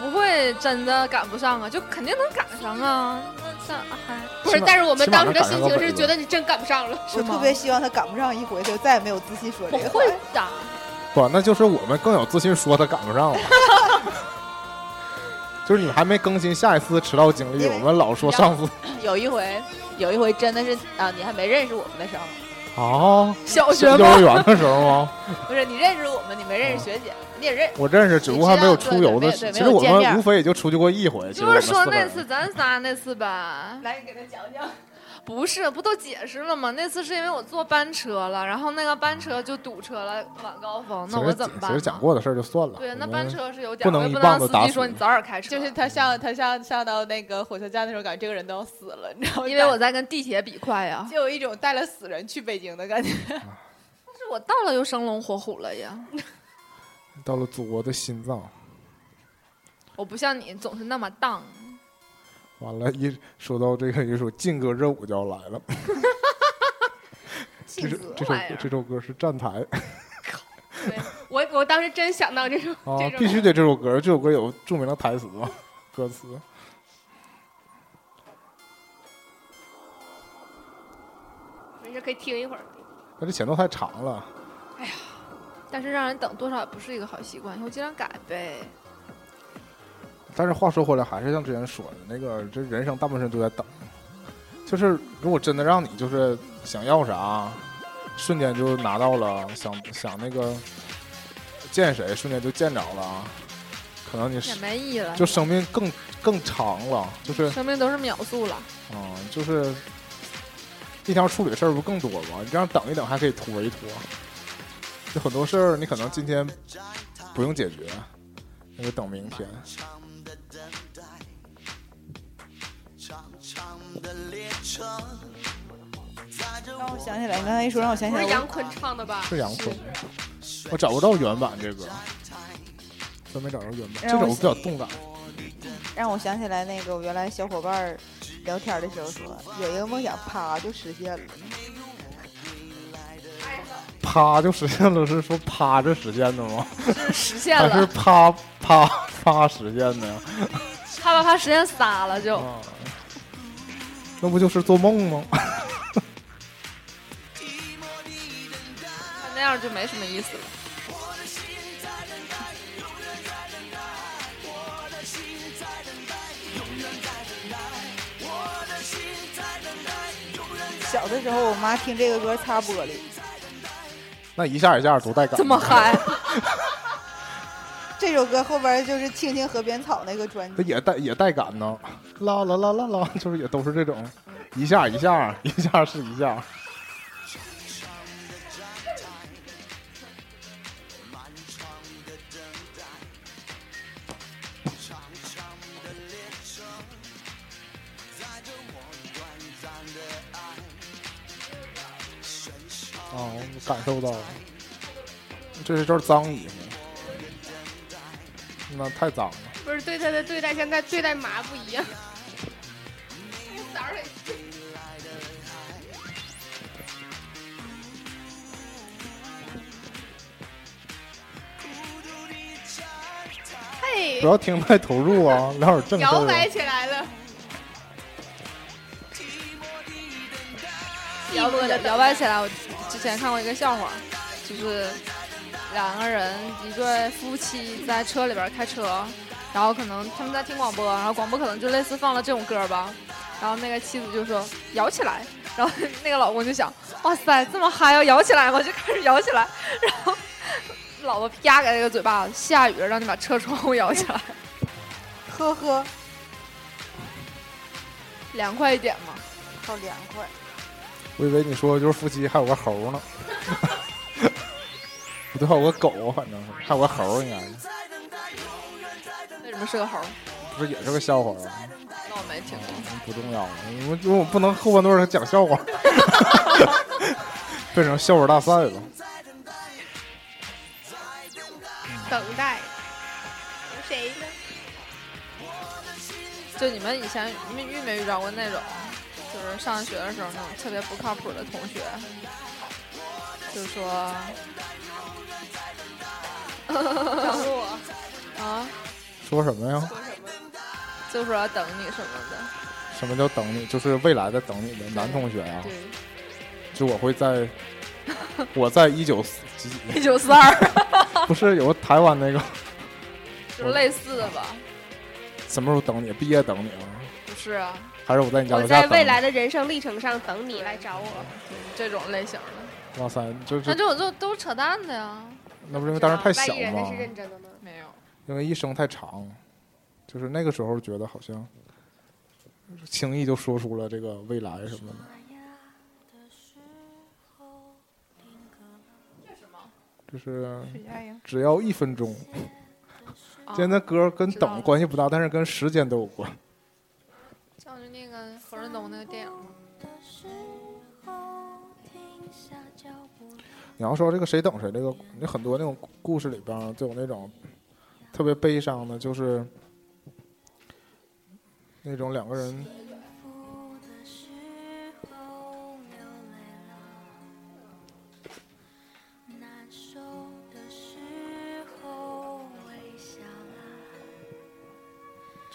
不会真的赶不上啊，就肯定能赶上啊。但还不起是，码但是我们起码当时能的赶心上情个是北觉得你真赶不上了。我特别希望他赶不上一回，就再也没有自信说这不个。会的，不，那就是我们更有自信说他赶不上了。就是你们还没更新下一次迟到经历，因为我们老说上次有一回，有一回真的是啊，你还没认识我们的时候，啊，小学幼儿吗？园的时候吗？不是你认识我们，你没认识学姐，你也认我认识，只不过还没有出游的你知事。道对对对其实我没有见面们无非也就出去过一回。其实我就们是说四个人那次咱仨那次呗，来给他讲讲，不是不都解释了吗？那次是因为我坐班车了，然后那个班车就堵车了，晚高峰，那其我实怎么办其呢？实讲过的事儿就算了。对，那我们班车是有点不能我也一不能棒子让司打机死说你早点开车，就是他上他上上到那个火车站的时候，感觉这个人都要死了，你知道吗？因为我在跟地铁比快呀。就有一种带了死人去北京的感觉。但是我到了又生龙活虎了呀，到了祖国的心脏，我不像你总是那么荡。完了，一说到这个，一首劲歌热舞就要来了。这首这首玩意儿这首歌是站台。我我当时真想到这种啊这，种必须得这首歌，这首歌有著名的台词嘛，歌词。没事可以听一会儿。但这前奏太长了，但是让人等多少也不是一个好习惯，以后尽量改呗。但是话说回来，还是像之前说的那个，这人生大部分人都在等，就是如果真的让你就是想要啥，瞬间就拿到了，想想那个见谁，瞬间就见着了，可能你也是没意义了，就生命更更长了，就是生命都是秒速了。嗯，就是一条处理的事儿不更多吗？你这样等一等还可以拖一拖，就很多事儿你可能今天不用解决，那就等明天。让我想起来，你刚才一说让我想起不哎来是我，杨坤唱的吧？是杨坤，我找不到原版这歌，真没找着原版。这让首我歌比较动感，让我想起来那个我原来小伙伴儿聊天的时候说，有一个梦想啪就实现了。啪就实现了，是说趴着实现的吗？就是实现还是了，啪啪啪实现的呀？啪啪啪实现撒了就。啊，那不就是做梦吗？ 那样就没什么意思了。小的时候，我妈听这个歌擦玻璃，那一下一下多带感，这么嗨，这首歌后边就是《青青河边草》那个专它辑。也带也带感呢，啦啦啦啦啦，就是也都是这种，一下一下一下是一下。哦，我感受到了，这是就是脏衣服，那太脏了。不是对他的对待像在对待麻不 一样。Sorry 嘿不，要听太投入 啊，聊点正事摇儿摆啊。起来了，摇摇摆起来。我之前看过一个笑话，就是两个人，一对夫妻在车里边开车，然后可能他们在听广播，然后广播可能就类似放了这种歌吧，然后那个妻子就说摇起来，然后那个老公就想，哇塞，这么嗨要摇起来吗？就开始摇起来，然后老婆啪给他一个嘴巴子，下雨了让你把车窗户摇起来，呵呵，凉快一点嘛。好凉快。我以为你说就是夫妻还有个猴呢， 不对，还有个狗，反正是还有个猴，应该是为什么是个猴？不是也是个笑话吗？那我没听过。不重要了，我们我们不能后半段讲笑话， 变成笑话大赛了。等待。谁呢？就你们以前遇遇没遇到过那种，就是上学的时候那种特别不靠谱的同学，就说等我。 啊，说什么呀？就说要等你什么的，什么叫等你？就是未来的等你的男同学啊，对，就我会在，我在一九几几，一九四二，不是有个台湾那个就是类似的吧？什么时候等你？毕业等你啊？不是啊，还是我在你家我楼下在等未你？来的人生历程上等你来找我。这种类型的，哇塞，这那这这种就都扯淡的呀，那不是因为当时太小万一人家吗是？认真的呢？没有，因为一生太长，就是那个时候觉得好像轻易就说出了这个未来什么的，就是啊只要一分钟。哦啊今天的歌跟知道等了关系不大，但是跟时间都有关。像是那个何润东那个电影嘛，你要说这个谁等谁，这个那很多那种故事里边儿就有那种特别悲伤的，就是那种两个人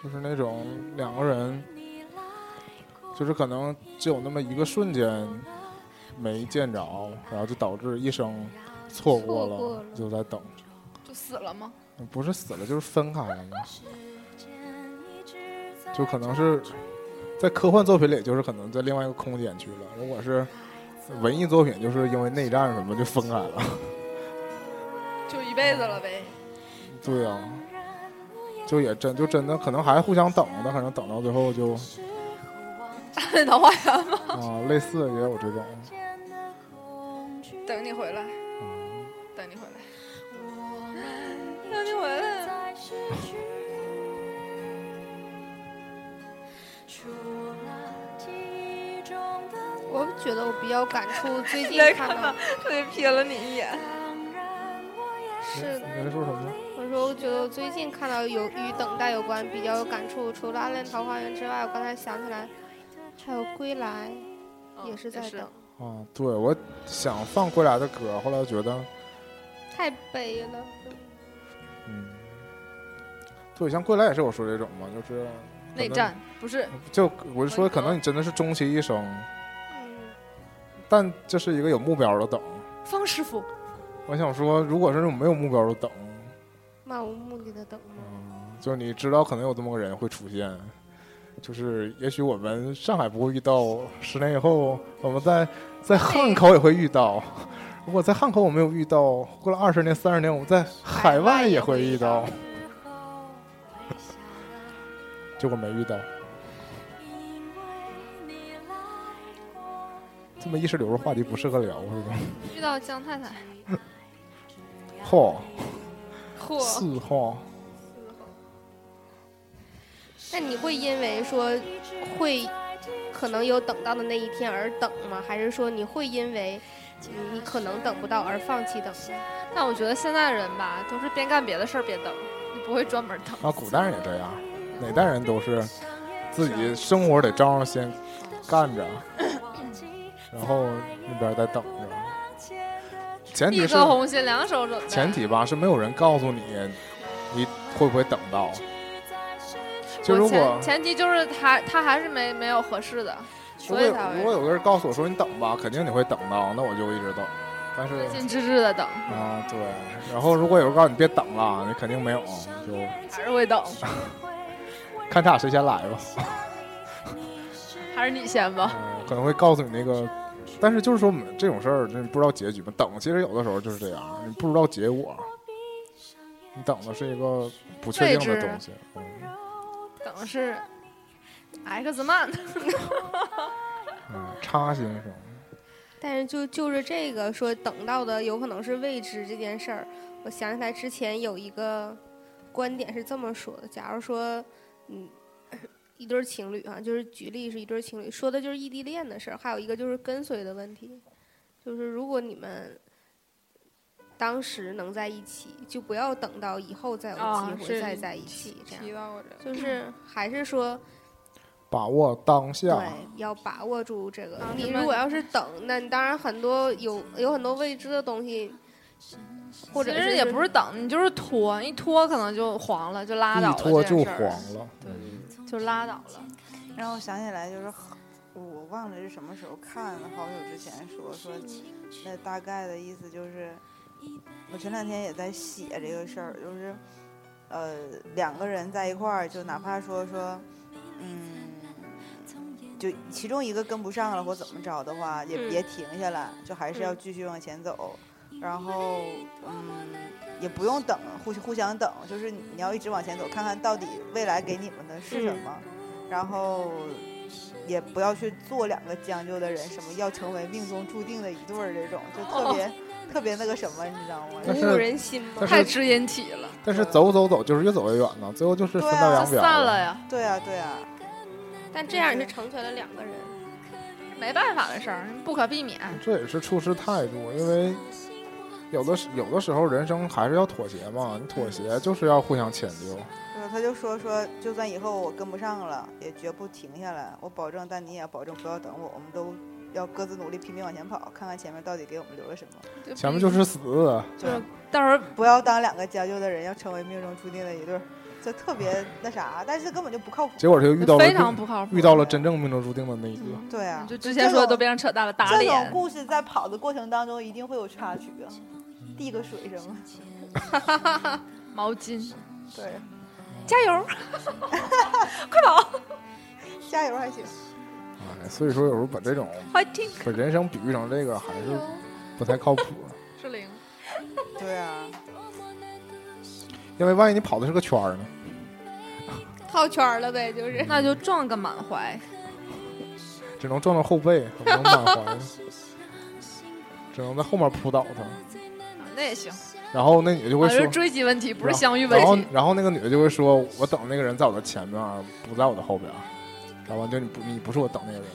就是那种两个人，就是可能只有那么一个瞬间没见着，然后就导致一生错过了，错过了就在等，就死了吗？不是死了就是分开了嘛，就可能是在科幻作品里，就是可能在另外一个空间去了。如果是文艺作品就是因为内战什么就分开了。 就一辈子了呗。对啊，就也真就真的可能还互相等，但可能等到最后就桃花源吗？啊，类似也有这种。 等你回来，嗯等你回来，等你回来。我觉得我比较感触最你近在看干到嘛？特别瞥了你一眼。是你在说什么？我说，我觉得最近看到有与等待有关比较有感触，除了《暗恋桃花源》之外，我刚才想起来还有《归来》，嗯哦也是在等，啊，对，我想放归来的歌，后来觉得，太悲了。嗯，对，像归来也是我说这种嘛，就是可内能战不是就我是说，文革可能你真的是终其一生，嗯，但这是一个有目标的等。方师傅，我想说，如果是那种没有目标的等，漫无目的的等吗？嗯，就是你知道可能有这么个人会出现，就是也许我们上海不会遇到，十年以后我们在在汉口也会遇到。如果在汉口我没有遇到，过了二十年、三十年，我们在海外也会遇到。结果没遇到，这么意识流的话题不适合聊，是吧？遇到江太太，嚯，嚯！是嚯，那你会因为说会可能有等到的那一天而等吗？还是说你会因为你可能等不到而放弃等？但我觉得现在人吧，都是边干别的事儿边等，你不会专门等。啊，古代人也这样，哪代人都是自己生活得照样先干着，然后那边再等着。前提一是颗红心，两手准备。前提吧，是没有人告诉你你会不会等到。就我如果前前提就是他他还是没没有合适的，如所果以有才如果会有个人告诉我说你等吧，肯定你会等到，那我就一直等。但是心心致志的等，啊，对，然后如果有人告诉你别等了，你肯定没有，就还是会等，看他俩谁先来吧。还是你先吧。嗯可能会告诉你那个，但是就是说我们这种事儿，真不知道结局嘛。等其实有的时候就是这样，你不知道结果，你等的是一个不确定的东西。嗯等的是 X man，嗯，叉先生，但是就就是这个说等到的有可能是未知这件事儿，我想起来之前有一个观点是这么说的：假如说，嗯，一对儿情侣啊，就是举例是一对儿情侣，说的就是异地恋的事儿，还有一个就是跟随的问题，就是如果你们当时能在一起，就不要等到以后再有啊机会是再在一起，这提样到过这个，就是还是说。把握当下，对，要把握住这个。啊你什如么果要是等，那你当然很多有有很多未知的东西，或者其实是也不是等，你就是拖，一拖可能就黄了，就拉倒了。一拖就这黄件事儿了。就拉倒了。让我想起来，就是好我忘了是什么时候看的，好久之前说说，那大概的意思就是，我前两天也在写这个事儿，就是，呃，两个人在一块儿，就哪怕说说，嗯，就其中一个跟不上了或怎么着的话，也嗯别停下来，就还是要嗯继续往前走，然后，嗯。也不用等，互互相等，就是你你要一直往前走，看看到底未来给你们的是什嗯么。然后也不要去做两个将就的人，什么要成为命中注定的一对儿这种，就特哦别、 特别那个什么，你知道但吗？是鼓舞人心嘛但。是太知音体了，但是走走走，就是越走越远呢，最后就是分道对扬啊镳散了呀，对啊，对啊，但这样也是成全了两个人。没办法的事儿，不可避免。这也是处事态度，因为有的时有的时候人生还是要妥协嘛，你妥协就是要互相迁就。对，啊他就说说，就算以后我跟不上了，也绝不停下来，我保证，但你也要保证不要等我，我们都要各自努力，拼命往前跑，看看前面到底给我们留了什么。前面就是死，就是对，到时候不要当两个将就的人，要成为命中注定的一对儿，就特别那啥，但是根本就不靠谱。结果他就遇到了非常命不靠谱。遇到了真正命中注定的那一个。嗯对啊，就之前说的都变成扯淡了，打这种脸。故事在跑的过程当中一定会有插曲啊，递个水什么。毛巾，对，加油！加油还行。哎所以说有时候把这种还挺把人生比喻成这个还是不太 靠谱，是零。对啊，因为万一你跑的是个圈儿呢？ 套圈儿了呗，就是 那就撞个满怀。只能撞到后背，不能满 怀，只能在后面扑倒他。那也行，然后那女的就我会是说，追击问题，不是然后相遇问然后题。然后那个女的就会说，我等那个人在我的前面啊，不在我的后边啊。然后就你不你不是我等那个人，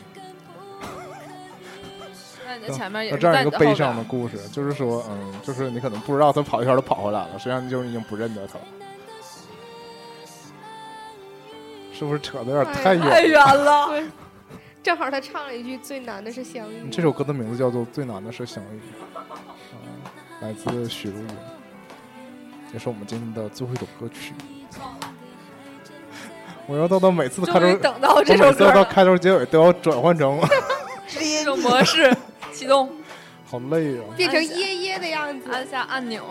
那你的前面也有是这样哎在一你个的后悲边伤的故事，就是说，嗯，就是你可能不知道他跑一圈儿，他跑回来了，实际上你就是已经不认得他了，是不是扯的有点太远？哎太远 了。正好他唱了一句“最难的是相遇”，这首歌的名字叫做《最难的是相遇》，嗯，来自许茹芸，也是我们今天的最后一首歌曲。我要到到每次的开头，终于我等到这每首次歌到了，开头结尾都要转换成，这 种模式启动，好累啊！变成耶耶的样子。按下按钮。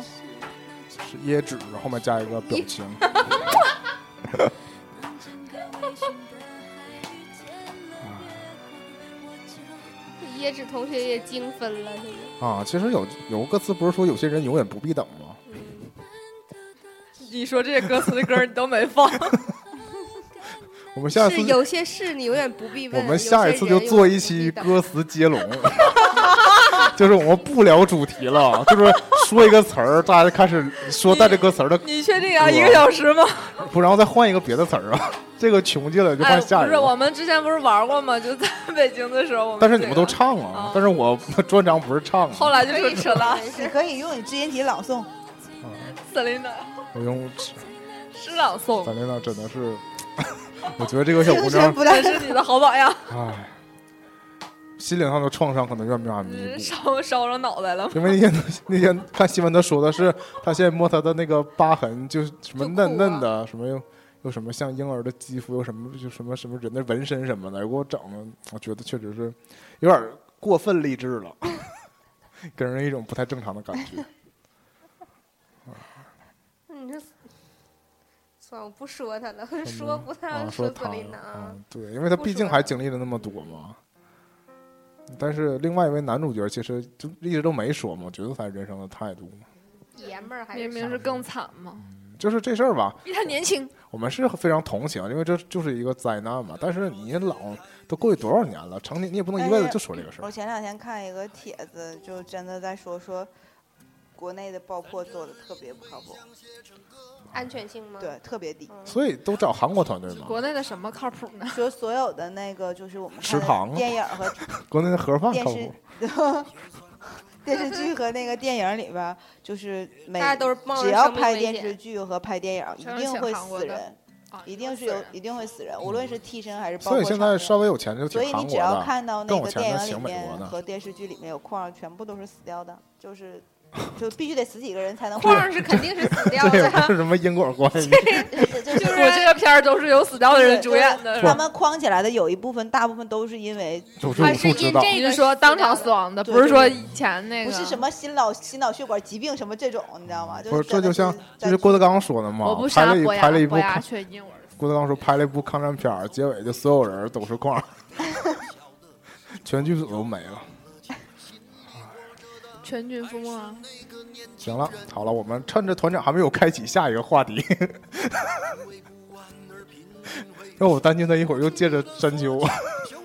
是椰子，后面加一个表情。椰子同学也精分了，这个啊，其实有有个歌词不是说有些人永远不必等吗？你说这些歌词的歌你都没放， 我们下一是次有些事你永远不必问。啊我们下一次就做一期歌词接龙， 就是我们不聊主题了，就是说一个词儿，大家就开始说带这歌词儿的，你确定要一个小时吗？不然后再换一个别的词儿啊。这个穷尽了就哎，换下不一是，个。我们之前不是玩过吗？就在北京的时候，我们但是你们这都个，唱啊啊，但是我 专长不是唱啊，后来就是扯了你可以用你知音体朗诵。 Selina 我用诗朗诵，咱那呢真的是， 我觉得这个小姑精神娘，不这但 是你的好榜样，唉，心灵上的创伤可能远没法弥你补嗯是。烧烧着脑袋了吗。因为那天那天看新闻，他说的是他现在摸他的那个疤痕，就是什么嫩嫩 的，什么又又什么像婴儿的肌肤，又什么就什么什么人的纹身什么的，给我整的，我觉得确实是有点过分励志 了，给人一种不太正常的感觉。你这，算了，我不说他了， 说不啊，他，说瑟他琳娜啊啊，，对，因为他毕竟还经历了那么多嘛。但是另外一位男主角其实就一直都没说嘛，我觉得他人生的态度嘛，爷们儿还明是明是更惨嘛，就是这事儿吧，比他年轻。我们是非常同情，因为这就是一个灾难嘛。但是你老都过去多少年了，成年你也不能一辈子就说这个事我儿。前两天看一个帖子，就真的在说说国内的爆破做的特别不靠谱，安全性吗？对，特别低。嗯，所以都找韩国团队嘛，国内的什么靠谱呢？说所有的那个就是我们食看的啊堂电影儿和国内的盒饭电靠视谱。 电视剧和那个电影里边儿，就是每大家都是冒只着要生命拍危电险视剧和拍电影，一全是定请会韩国死的人，啊一定是有，一定会死人，无论是替身还是包嗯所括以现场在面稍微有钱就所挺以韩你只国要的，看到更那有个钱电的影请里美国面的和电视剧里面有矿，全部都是死掉的， 就是就必须得死几个人才能框 是肯定是死掉 这也不的。是什么因果关系。就是就就是是这个片儿都是由死掉的人主演的。他们框起来的有一部分，大部分都是因为就是他武是术因指这导，个你是说当场死亡？亡的，对不是对说对以前那个？不是什么心脑心脑血管疾病什么这种，你知道吗？就不是是这真就的像在就是郭德纲说的嘛我，不啊拍杀了一伯牙，拍了一部伯牙却因我而死。郭德纲说拍了一部抗战片儿，结尾就所有人都是矿，全剧组都没了。全军覆没啊！行了，好了，我们趁着团长还没有开启下一个话题， 让我担心他一会儿又借着山丘，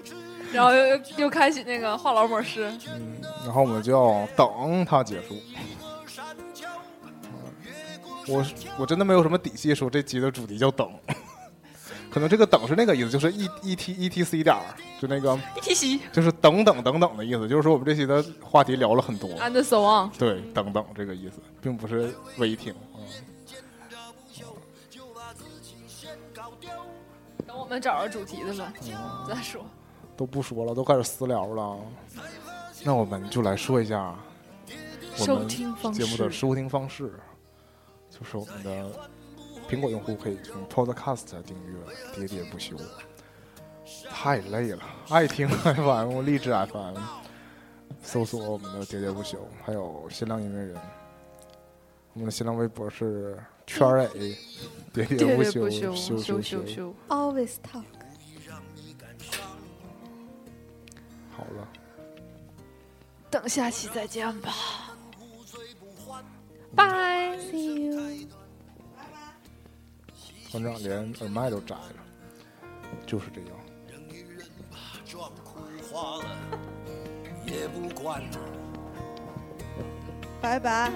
然后又又又开启那个话痨模式，然后我们就要等他结束。我我真的没有什么底气说这期的主题叫等， 可能这个等是那个意思，就是 e e t e t c 点儿，就那个一 提息就是等等等等的意思，就是说我们这期的话题聊了很多， and so on。对，等等这个意思，并不是违停。嗯等我们找着主题的吧，再说。都不说了，都开始私聊了。那我们就来说一下我收们听方节目的式收听方式，就是我们的苹果用户可以从 Podcast 订阅《喋喋不休》，太累了，爱听 FM、励志 FM，搜索我们的《喋喋不休》，还有新浪音乐人，我们的新浪微博是圈儿 A，喋喋不休，休休休。 Always talk，好了。等下期再见吧。拜。团长连耳麦都摘了，就是这样。撞哭花了，也不管。拜拜。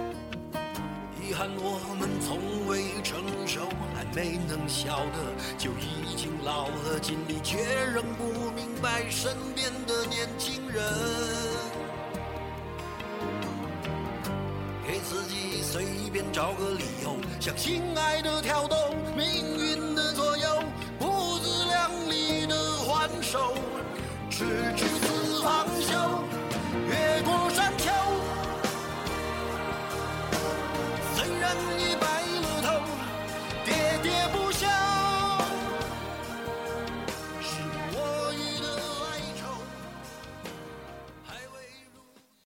遗憾我们从未成熟，还没能笑得就已经老了，尽力却仍不明白身边的年轻人。给自己随便找个理由，向心爱的挑逗，命运的左右，不自量力的还手，直至。